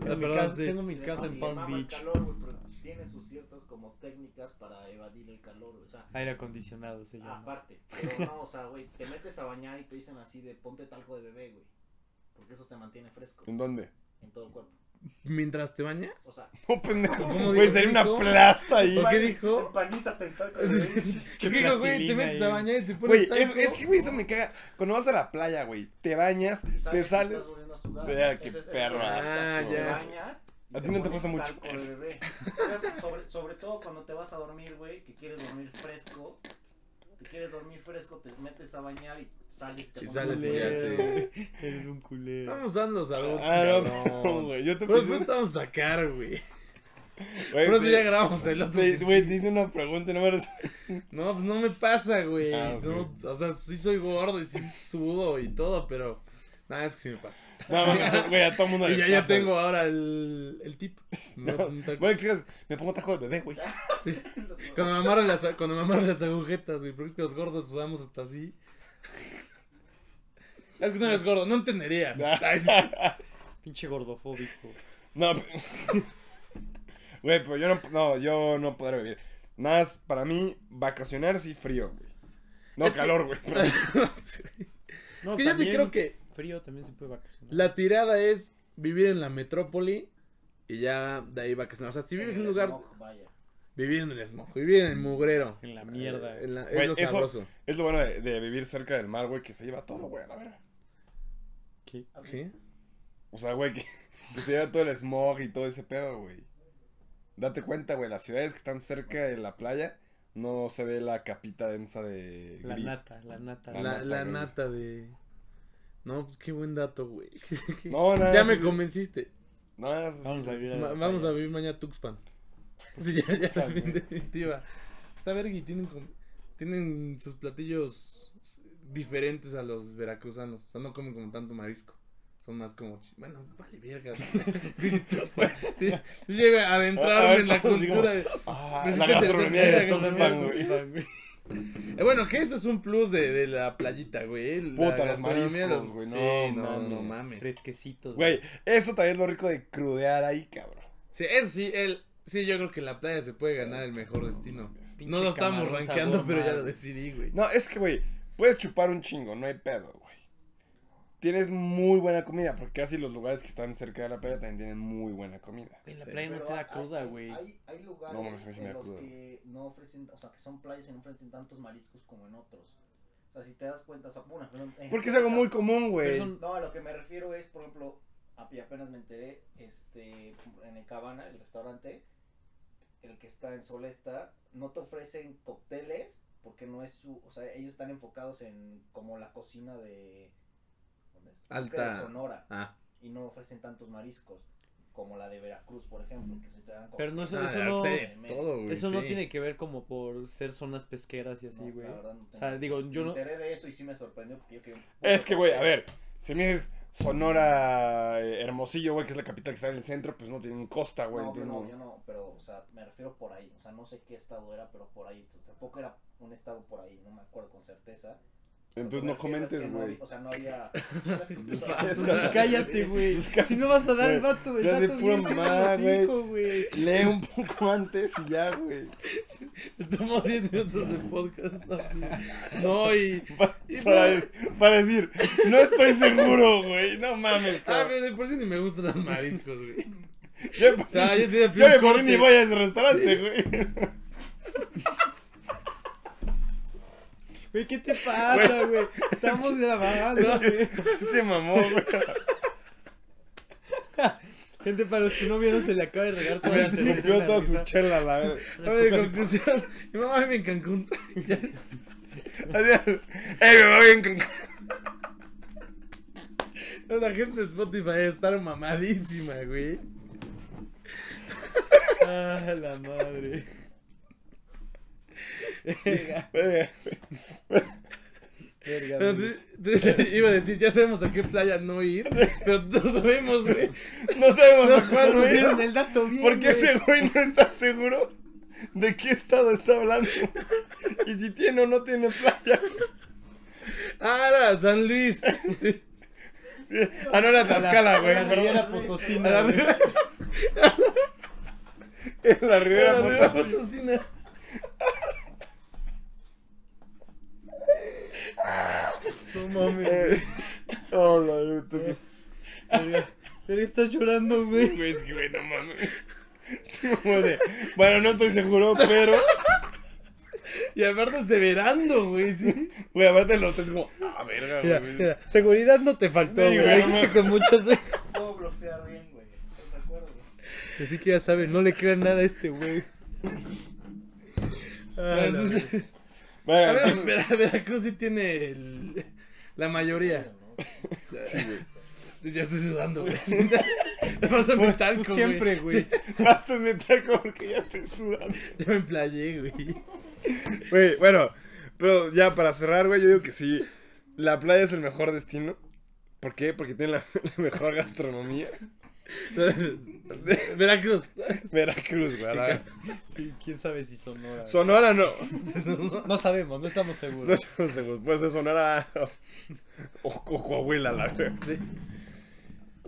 D: Ah,
C: Tengo, mi
B: Perdón,
C: casa,
B: sí.
C: tengo mi
A: Le
C: casa
A: mama-
C: en
A: le
C: Palm
A: mama el
C: Beach.
A: calor, güey, pero tiene sus ciertas como técnicas para evadir el calor, o sea...
C: Aire acondicionado
A: Ah,
C: se llama.
A: Aparte, pero no, o sea, güey, te metes a bañar y te dicen así de ponte talco de bebé, güey. Porque eso te mantiene fresco
D: ¿en dónde?
A: en todo el cuerpo.
B: Mientras te bañas.
A: O sea,
D: No, pendejo.
B: ¿Cómo
D: Güey,
B: dijo?
D: sería una plasta ahí.
B: ¿Por qué dijo?
A: empanízate en talco de
B: Es
A: bebé.
B: que, digo, güey, te
C: plastilina
B: metes a
C: ahí.
B: bañar y te pones.
D: Güey, es,
B: talco.
D: es que, güey, eso me caga. Cuando vas a la playa, güey, te bañas,
A: Y
D: te
A: sabes que
D: sales.
A: estás volviendo a sudar.
D: Vea,
A: Ese
D: qué
A: es- ese es
D: perro
A: el
B: Ah,
D: asco,
A: te
B: ya.
A: bañas y
D: A ti no
A: pones
D: te pasa mucho
A: talco de
D: eso.
A: bebé. Sobre, sobre todo cuando te vas a dormir, güey, que quieres dormir fresco. Te quieres dormir fresco, te metes a bañar y sales. Te
B: Y
A: pones
B: sales y ya te-
C: Culero. Eres un culero.
B: Estamos dando los adultos.
D: Ah, no,
B: cabrón.
D: güey. Yo te
B: Por eso
D: puse-
B: estamos a sacar, güey.
D: Güey,
B: Por eso
D: te-
B: ya grabamos el otro.
D: te- Güey, te hice una pregunta y no me respondiste.
B: No, pues no me pasa, güey.
D: Ah,
B: No, o sea, sí soy gordo y sí sudo y todo, pero. Nada, es que sí me pasa.
D: No, mames, güey, a todo
B: Y
D: mundo le
B: ya, ya
D: pasa,
B: tengo ahora el, el tip. No, un
D: güey.
B: taco.
D: Bueno, chicas, me pongo taco de bebé, güey.
B: Cuando me amarran las, cuando me amarran las agujetas, güey, porque es que los gordos sudamos hasta así. Es que no eres gordo, no entenderías. Ay, sí.
C: Pinche gordofóbico.
D: No, pe- güey, pero yo no, no, yo no podré vivir. Nada más, para mí, vacacionar sí frío, güey. No
B: Es que-
D: calor, güey. pero-
B: Sí.
C: No,
B: es que yo sí
C: también
B: creo que
C: Frío también se puede vacacionar.
B: la tirada es vivir en la metrópoli y ya de ahí vacacionar. O sea, si vives en un lugar,
A: Vaya.
B: vivir en el smog, vivir en el mugrero.
C: En la mierda.
B: Eh, en la- es
D: Güey,
B: lo
D: eso-
B: sabroso.
D: Es lo bueno de, de vivir cerca del mar, güey, que se lleva todo, güey, a la verga.
C: ¿Qué?
B: ¿Sí?
D: O sea, güey, que, que se lleva todo el smog y todo ese pedo, güey. Date cuenta, güey, las ciudades que están cerca de la playa no se ve la capita densa de
C: La
D: gris.
C: nata, la nata.
D: La
B: La,
D: nata,
B: la
D: güey.
B: nata de. No, qué buen dato, güey.
D: No, no,
B: ya
D: no,
B: me
D: Ah, sí,
B: convenciste.
D: no, no, sí,
C: Vamos a
D: sí, sí.
C: vivir
B: Ma- vamos a vivir mañana a Tuxpan. Sí, ya, ya, la vi en definitiva. Está verga y tienen, com- tienen sus platillos s- diferentes a los veracruzanos. O sea, no comen como tanto marisco. Son más como, ch- bueno, vale, verga. Dice Tuxpan. Sí, yo llegué a adentrarme
D: A- a ver,
B: en la
D: todos así
B: cultura. de-
D: Ah,
B: Pues
D: la
B: es que te-
D: gastronomía
B: sí,
D: de
B: la
D: Stop
B: gastronomía
D: Pan, güey.
B: Eh, bueno, que eso es un plus de, de la playita, güey. eh, La
D: Puta, los
B: gastronomía,
D: mariscos,
B: los-
D: güey,
B: Sí,
D: no
B: no, no
D: mames.
B: mames.
C: Fresquecitos.
D: Güey, eso también es lo rico de crudear ahí, cabrón.
B: Sí, eso sí, el, sí, yo creo que la playa se puede ganar el mejor destino.
C: Pinche
B: No lo estamos
C: camarón
B: rankeando,
C: sabor
B: pero ya
C: mal.
B: lo decidí, güey.
D: No, es que, güey, puedes chupar un chingo, no hay pedo, güey. tienes muy buena comida, porque casi los lugares que están cerca de la playa también tienen muy buena comida.
C: Güey, la
B: Sí.
C: playa no
A: Pero
C: te da
A: hay-
C: cruda,
A: hay-
C: güey.
A: Hay, hay lugares
D: No, mames, a mí sí me
A: en
D: da
A: los
D: cruda.
A: que no ofrecen, o sea, que son playas y no ofrecen tantos mariscos como en otros. O sea, si te das cuenta, o sea, bueno, en- en-
D: Porque es algo muy común, güey.
C: Pero son-
A: No, a lo que me refiero es, por ejemplo, a- y apenas me enteré, este, en el Cabana, el restaurante, el que está en Solesta, no te ofrecen cócteles porque no es su, o sea, ellos están enfocados en como la cocina de ¿dónde es? Creo que de
B: Alta.
A: Sonora
B: Ah,
A: y no ofrecen tantos mariscos como la de Veracruz, por ejemplo, que se te dan
C: Pero no
A: cócteles.
C: Eso-
B: ah,
C: eso
B: ya, sí,
C: no-
B: todo, güey,
C: Eso no
B: sí.
C: tiene que ver como por ser zonas pesqueras y
A: No,
C: así, güey.
A: la verdad no tengo-
C: o sea, digo, yo
A: me
C: no.
A: enteré de eso y sí me sorprendió porque yo quería un puto
D: Es que, güey, a
A: cóctel.
D: ver, si me dices Sonora, eh, Hermosillo, güey, que es la capital que está en el centro, pues no tienen costa,
C: ah,
D: güey.
A: no, pero
D: entonces
A: no, yo
D: no-
A: no, pero, o sea, me refiero por ahí. O sea, no sé qué estado era, pero por ahí. Tampoco era un estado por ahí, no me acuerdo con certeza. Lo que
D: Entonces
A: me
D: no
A: refiero es que
D: comentes,
A: no
D: güey.
A: había- o sea, no había.
C: Entonces pues cállate, güey.
D: Pues
C: Si no vas a dar el vato, el
D: Se hace
C: dato
D: pura
C: bien
D: mamada, güey.
C: cinco, güey.
D: Lee un poco antes y ya, güey.
C: Se tomó 10 minutos de podcast. No, Sí. no y.
D: Pa- para, para decir, no estoy seguro, güey. No mames,
B: Ah,
D: cabrón.
B: pero de por sí ni me gustan los mariscos, güey.
D: Yo, pues,
B: O sea, yo sí de
D: yo
B: pido
D: de
B: un
D: por sí
B: corte.
D: ni voy a ese restaurante, güey.
C: Güey, ¿qué te pasa, güey? Estamos grabando.
D: Se mamó, güey.
C: Gente, para los que no vieron, se le acaba de regar toda la
D: Me
C: cerveza. en
D: escupió
C: la
D: toda
C: risa.
D: su chela, la verdad.
B: A ver, en conclusión, mi mamá vive en Cancún.
D: Así, ¡Eh, me va bien con...
B: La gente de Spotify debe estar mamadísima, güey.
C: Ah, la madre.
D: Verga.
C: Verga,
B: Pero
C: güey.
B: sí- sí, iba a decir, ya sabemos a qué playa no ir, pero no sabemos, güey.
D: No sabemos a
C: No
D: cuál,
C: nos
D: güey.
C: dieron el dato bien.
D: ¿Por qué
C: güey.
D: ese güey no está seguro de qué estado está hablando? Y si tiene o no tiene playa.
B: Ah, era San Luis. Sí.
D: Sí. Ah, no era Tlaxcala, güey.
C: La Riviera
D: perdón.
C: Potosina.
B: La
C: güey.
B: Ribera
D: La Riviera
B: Ribera
D: Potosí.
B: Potosina.
C: No mames,
D: Eh,
C: güey.
D: Hola, YouTube.
C: Verga, verga, estás llorando, güey.
D: Güey, es que, güey, no mames. Sí, como de, Bueno, no estoy seguro, pero.
B: Y aparte severando, güey, sí.
D: Güey, aparte los tres, como. Ah, verga,
C: Mira,
D: güey.
C: mira, seguridad no te faltó,
D: Sí, güey,
C: güey.
D: no mames.
C: Con muchas.
A: Puedo bloquear bien, güey. No me acuerdo.
C: Así que ya saben, no le crean nada a este güey. Ah, la
B: Entonces,
D: Bueno,
B: a ver,
D: entonces-
B: Vera- Veracruz sí tiene el- la mayoría.
D: Sí, güey.
B: Ya estoy sudando, güey. Me pasa mi talco,
C: Tú Pues, siempre, güey.
D: Vas mi taco porque ya estoy sudando.
B: Ya me emplayé, güey.
D: Güey, bueno, pero ya para cerrar, güey, yo digo que sí. La playa es el mejor destino. ¿Por qué? Porque tiene la, la mejor gastronomía.
B: Veracruz.
D: Veracruz, güey. la-
C: Sí, quién sabe si sonora. güey.
D: Sonora no.
C: No sabemos, no estamos
D: No
C: seguros.
D: estamos seguros. Puede ser Sonora o, o Coahuila, la verdad.
B: Sí.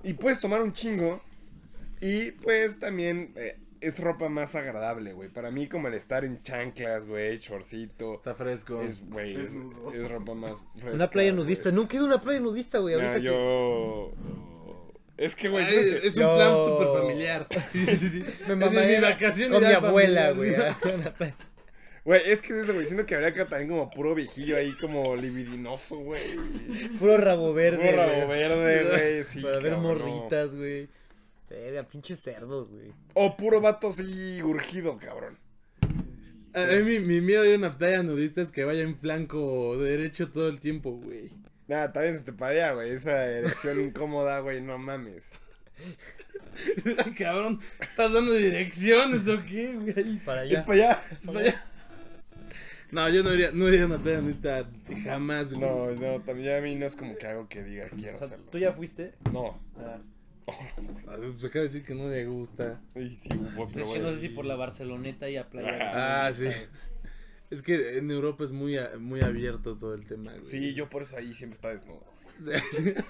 D: Y puedes tomar un chingo. Y pues también eh, es ropa más agradable, güey. Para mí, como el estar en chanclas, güey, chorcito.
B: Está fresco.
D: Es, güey, es,
A: Desnudo.
D: es ropa más fresca.
C: Una playa
D: güey.
C: nudista. Nunca he ido a una playa nudista, güey.
D: No,
C: Ahorita que...
D: yo. Es que, güey,
B: Ay,
D: siento que-
B: es un
C: Yo-
B: plan súper familiar. Sí, sí, sí.
C: Me
B: Esa es
C: mamaré
B: mi vacación
C: con mi
B: ideal
C: abuela, güey. ah,
B: familiar.
C: a una playa.
D: güey, es que es eso, güey. Siento que habría acá también como puro viejillo ahí, como libidinoso, güey.
C: Puro rabo verde.
D: Puro rabo
C: güey.
D: verde, güey. Sí,
C: Para ver
D: cabrón, no.
C: morritas, güey. Verga, pinches cerdos, güey.
D: O puro vato así urgido, cabrón.
B: A mí mi, mi miedo de ir a una playa nudista es que vaya en flanco derecho todo el tiempo, güey.
D: Nada, también se te parea, güey. Esa erección incómoda, güey, no mames.
B: Cabrón, ¿estás dando direcciones o qué, güey?
C: Para
D: Es
C: allá.
D: para allá.
B: Pues vaya. No, yo no iría, no iría a una playa nudista jamás, güey.
D: No, no, también a mí no es como que algo que diga quiero
C: O sea,
D: hacerlo.
C: ¿tú ya fuiste?
D: No.
B: Ah, Pues acaba de decir que no le gusta.
D: Y sí, hubo, pero
C: es que
D: bueno.
C: no sé si por la Barceloneta y a playa.
B: Ah,
C: nudista,
B: sí.
C: güey.
B: Es que en Europa es muy, a- muy abierto todo el tema, güey.
D: Sí, yo por eso ahí siempre está desnudo.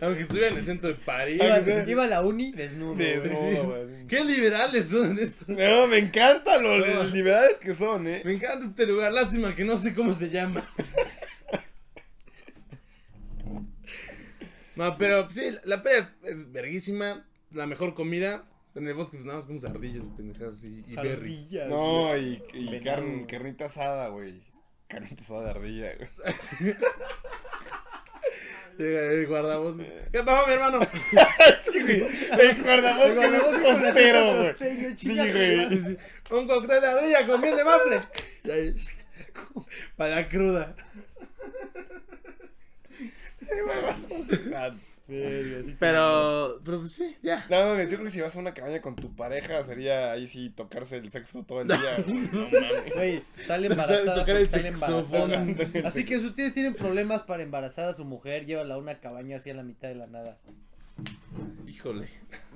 B: Aunque estuviera en el centro de París.
D: Ah,
C: Iba, iba a la uni desnudo. güey.
D: Desnudo, güey.
B: Qué liberales son estos.
D: No, me encanta lo li- liberales que son, eh.
B: Me encanta este lugar. Lástima que no sé cómo se llama. No, pero pues, sí, la- la peda es, es verguísima. La mejor comida. En el bosque, pues nada más como ardillas, pendejadas y, y berries.
C: Ardillas, güey.
D: No, y, y
C: Veneno,
D: carn-
C: güey.
D: carnita asada, güey. Carnita asada de ardilla, güey.
B: Llega el guardabosque. ¿Qué pasó, mi hermano?
D: Sí, güey. El guardabosques es costero, güey. Sí, güey.
B: Sí, sí. Un cóctel de ardilla con miel de maple. Y ahí,
C: Para la cruda. Ah,
B: Pero, pero pues, sí, ya.
D: No, mames, yo creo que si vas a una cabaña con tu pareja sería ahí sí tocarse el sexo todo el día. güey. No mames.
C: Güey, sale embarazada.
B: Tocar
C: porque
B: el
C: Sale embarazada.
B: saxofón.
C: Así que si ustedes tienen problemas para embarazar a su mujer, llévala a una cabaña así a la mitad de la nada.
B: Híjole.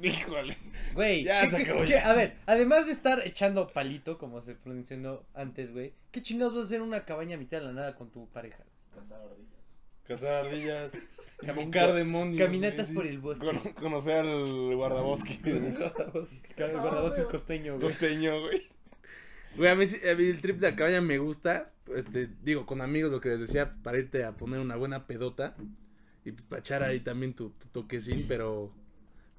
D: Híjole.
C: Güey,
D: Ya
C: ¿qué-
D: se
C: qué-
D: acabó,
C: qué-
D: ya.
C: a ver, además de estar echando palito, como se pronunció antes, güey, ¿qué chingados vas a hacer en una cabaña a mitad de la nada con tu pareja?
A: Cazar ardillas.
D: Cazar ardillas.
B: Invocar demonios.
C: Caminatas
B: güey,
C: por
B: sí.
C: el bosque.
D: Con- conocer al guardabosques. güey.
C: El guardabosques costeño, güey.
D: Costeño, güey.
B: Güey, a mí, sí- a mí el trip de la cabaña me gusta. Este, digo, con amigos, lo que les decía, para irte a poner una buena pedota. Y pues para echar ahí también tu, tu toquecín, pero.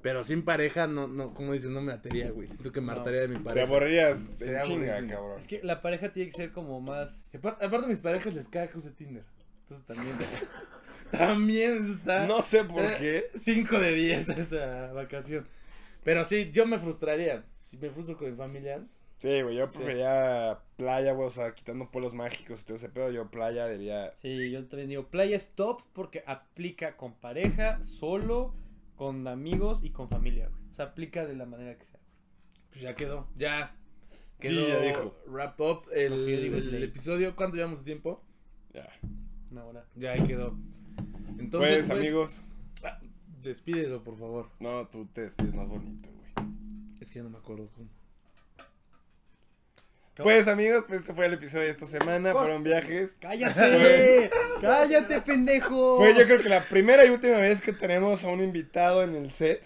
B: Pero sin pareja, no, no, como dices, no me latería, güey. Siento que me
C: No.
B: hartaría de mi
D: Te
B: pareja.
D: aburrías en
B: Sería
D: chinga,
B: aburrísimo.
D: cabrón.
C: Es que la pareja tiene que ser como más.
B: Apar- Aparte, mis parejas les caga que use Tinder. Entonces también. también eso está.
D: No sé
B: eh.
D: por qué.
B: 5 de 10 esa vacación. Pero sí, yo me frustraría. Si me frustro con mi familia.
D: Sí, güey, yo
B: Sí.
D: prefería playa, güey, o sea, quitando pueblos mágicos y todo ese pedo, yo playa diría...
C: Sí, yo también digo, playa es top porque aplica con pareja, solo, con amigos y con familia, güey. O sea, aplica de la manera que sea.
B: Pues ya quedó. Ya.
D: Sí,
B: Quedó
D: ya dijo.
B: wrap up el,
C: Lo que yo digo es
B: el
C: ley.
B: episodio. ¿Cuánto llevamos de tiempo?
D: Ya.
C: Una hora.
B: Ya ahí quedó. Entonces,
D: Pues,
B: pues,
D: amigos,
B: despídelo, por favor.
D: no, tú te despides más bonito, güey.
B: Es que ya no me acuerdo cómo.
D: Pues, amigos, pues este fue el episodio de esta semana, fueron viajes.
C: ¡Cállate! ¡Cállate, pendejo!
D: Fue yo creo que la primera y última vez que tenemos a un invitado en el set,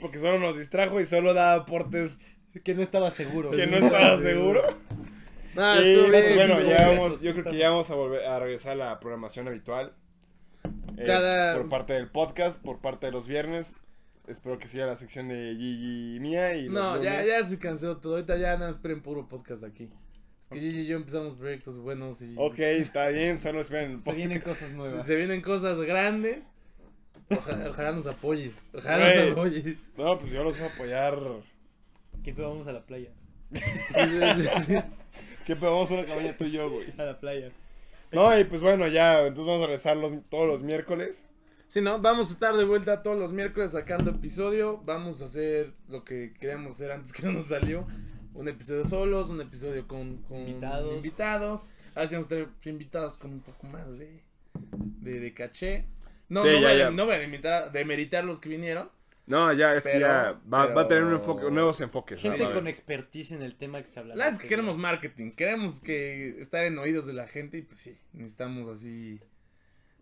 D: porque solo nos distrajo y solo da aportes
C: que no estaba seguro.
D: que no estaba seguro.
B: Ah,
D: Y,
B: estuvo bien,
D: Eh, bueno,
B: estuvo
D: ya
B: bien.
D: vamos, yo creo que ya vamos a volver a regresar a la programación habitual. eh,
B: Cada-
D: Por parte del podcast, por parte de los viernes. Espero que siga la sección de Gigi y mía. Y los
B: No, ya,
D: lunes.
B: ya se canceló todo. Ahorita ya nada, esperen puro podcast aquí. Es que Gigi y yo empezamos proyectos buenos y.
D: Ok, está bien, solo esperen el
C: Se
D: podcast.
C: vienen cosas
B: Se,
C: nuevas.
B: se vienen cosas grandes. Oja- ojalá nos apoyes. Ojalá
D: Güey.
B: nos apoyes.
D: No, pues yo los voy a apoyar.
C: ¿Qué pedo? vamos a la playa?
D: Que pegamos una cabaña tú y yo, güey.
C: A la playa.
D: No, y pues bueno, ya, entonces vamos a regresar los- todos los miércoles.
B: Sí, no, vamos a estar de vuelta todos los miércoles sacando episodio. Vamos a hacer lo que queríamos hacer antes que no nos salió. Un episodio solos, un episodio con, con
C: Invitados.
B: invitados. Ahora sí vamos a tener invitados con un poco más de, de, de caché. No,
D: Sí,
B: no,
D: ya,
B: voy
D: ya.
B: A, no voy a limitar- demeritar los que vinieron.
D: No, ya, es que
B: Pero-
D: ya va, va a tener un
B: pero-
D: enfoque, nuevos enfoques.
C: Gente
D: ¿no?
C: con expertise en el tema que se habla.
B: La verdad es que queremos marketing, queremos que estar en oídos de la gente y pues sí, necesitamos así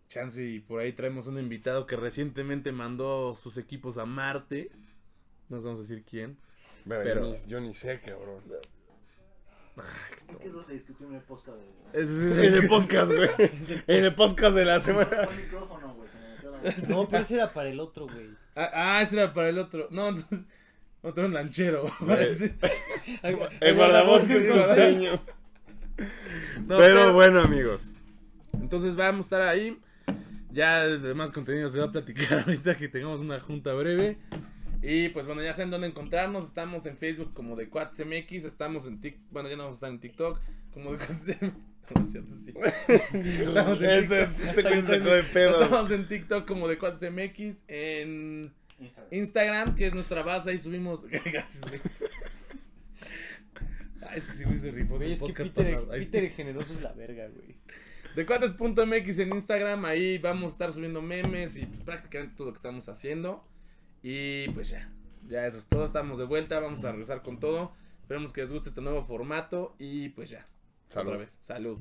B: chance y por ahí traemos un invitado que recientemente mandó sus equipos a Marte. No vamos a decir quién.
D: Pero,
B: pero-
D: Yo, ni, yo ni sé, cabrón.
A: Es que eso se discutió en el podcast de.
B: Es,
D: En el podcast, güey. En el podcast de la semana.
A: Fue el micrófono, güey. Se me metió la mano.
C: No, pero ese era para el otro, güey.
B: ah, ah, ese era para el otro. No, entonces otro lanchero. parece.
D: El guardabosques costeño.
B: No,
D: Pero bueno, amigos.
B: Entonces vamos a estar ahí. Ya el demás contenido se va a platicar ahorita que tengamos una junta breve. Y pues bueno, ya saben dónde encontrarnos. Estamos en Facebook como de Quats MX. Estamos en TikTok. Bueno, ya no vamos a estar en TikTok. Como de Quats MX. No, es cierto, sí. Estamos en
D: Este
B: TikTok.
D: este güey se sacó de pedo.
B: Estamos en TikTok como de Quats MX. En
A: Instagram.
B: Instagram, que es nuestra base. Ahí subimos. Gracias, güey. Ah, es que sí, güey, se rifó.
C: Güey,
B: del
C: es que
B: podcast
C: Peter,
B: pasado. Ahí sí.
C: Peter el generoso es la verga, güey.
B: De cuates.mx en Instagram, ahí vamos a estar subiendo memes y pues, prácticamente todo lo que estamos haciendo. Y pues ya, ya eso es todo, estamos de vuelta, vamos a regresar con todo. Esperemos que les guste este nuevo formato y pues ya,
D: Salud.
B: otra vez, salud.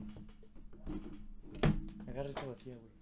C: Agarra esa vacía, güey.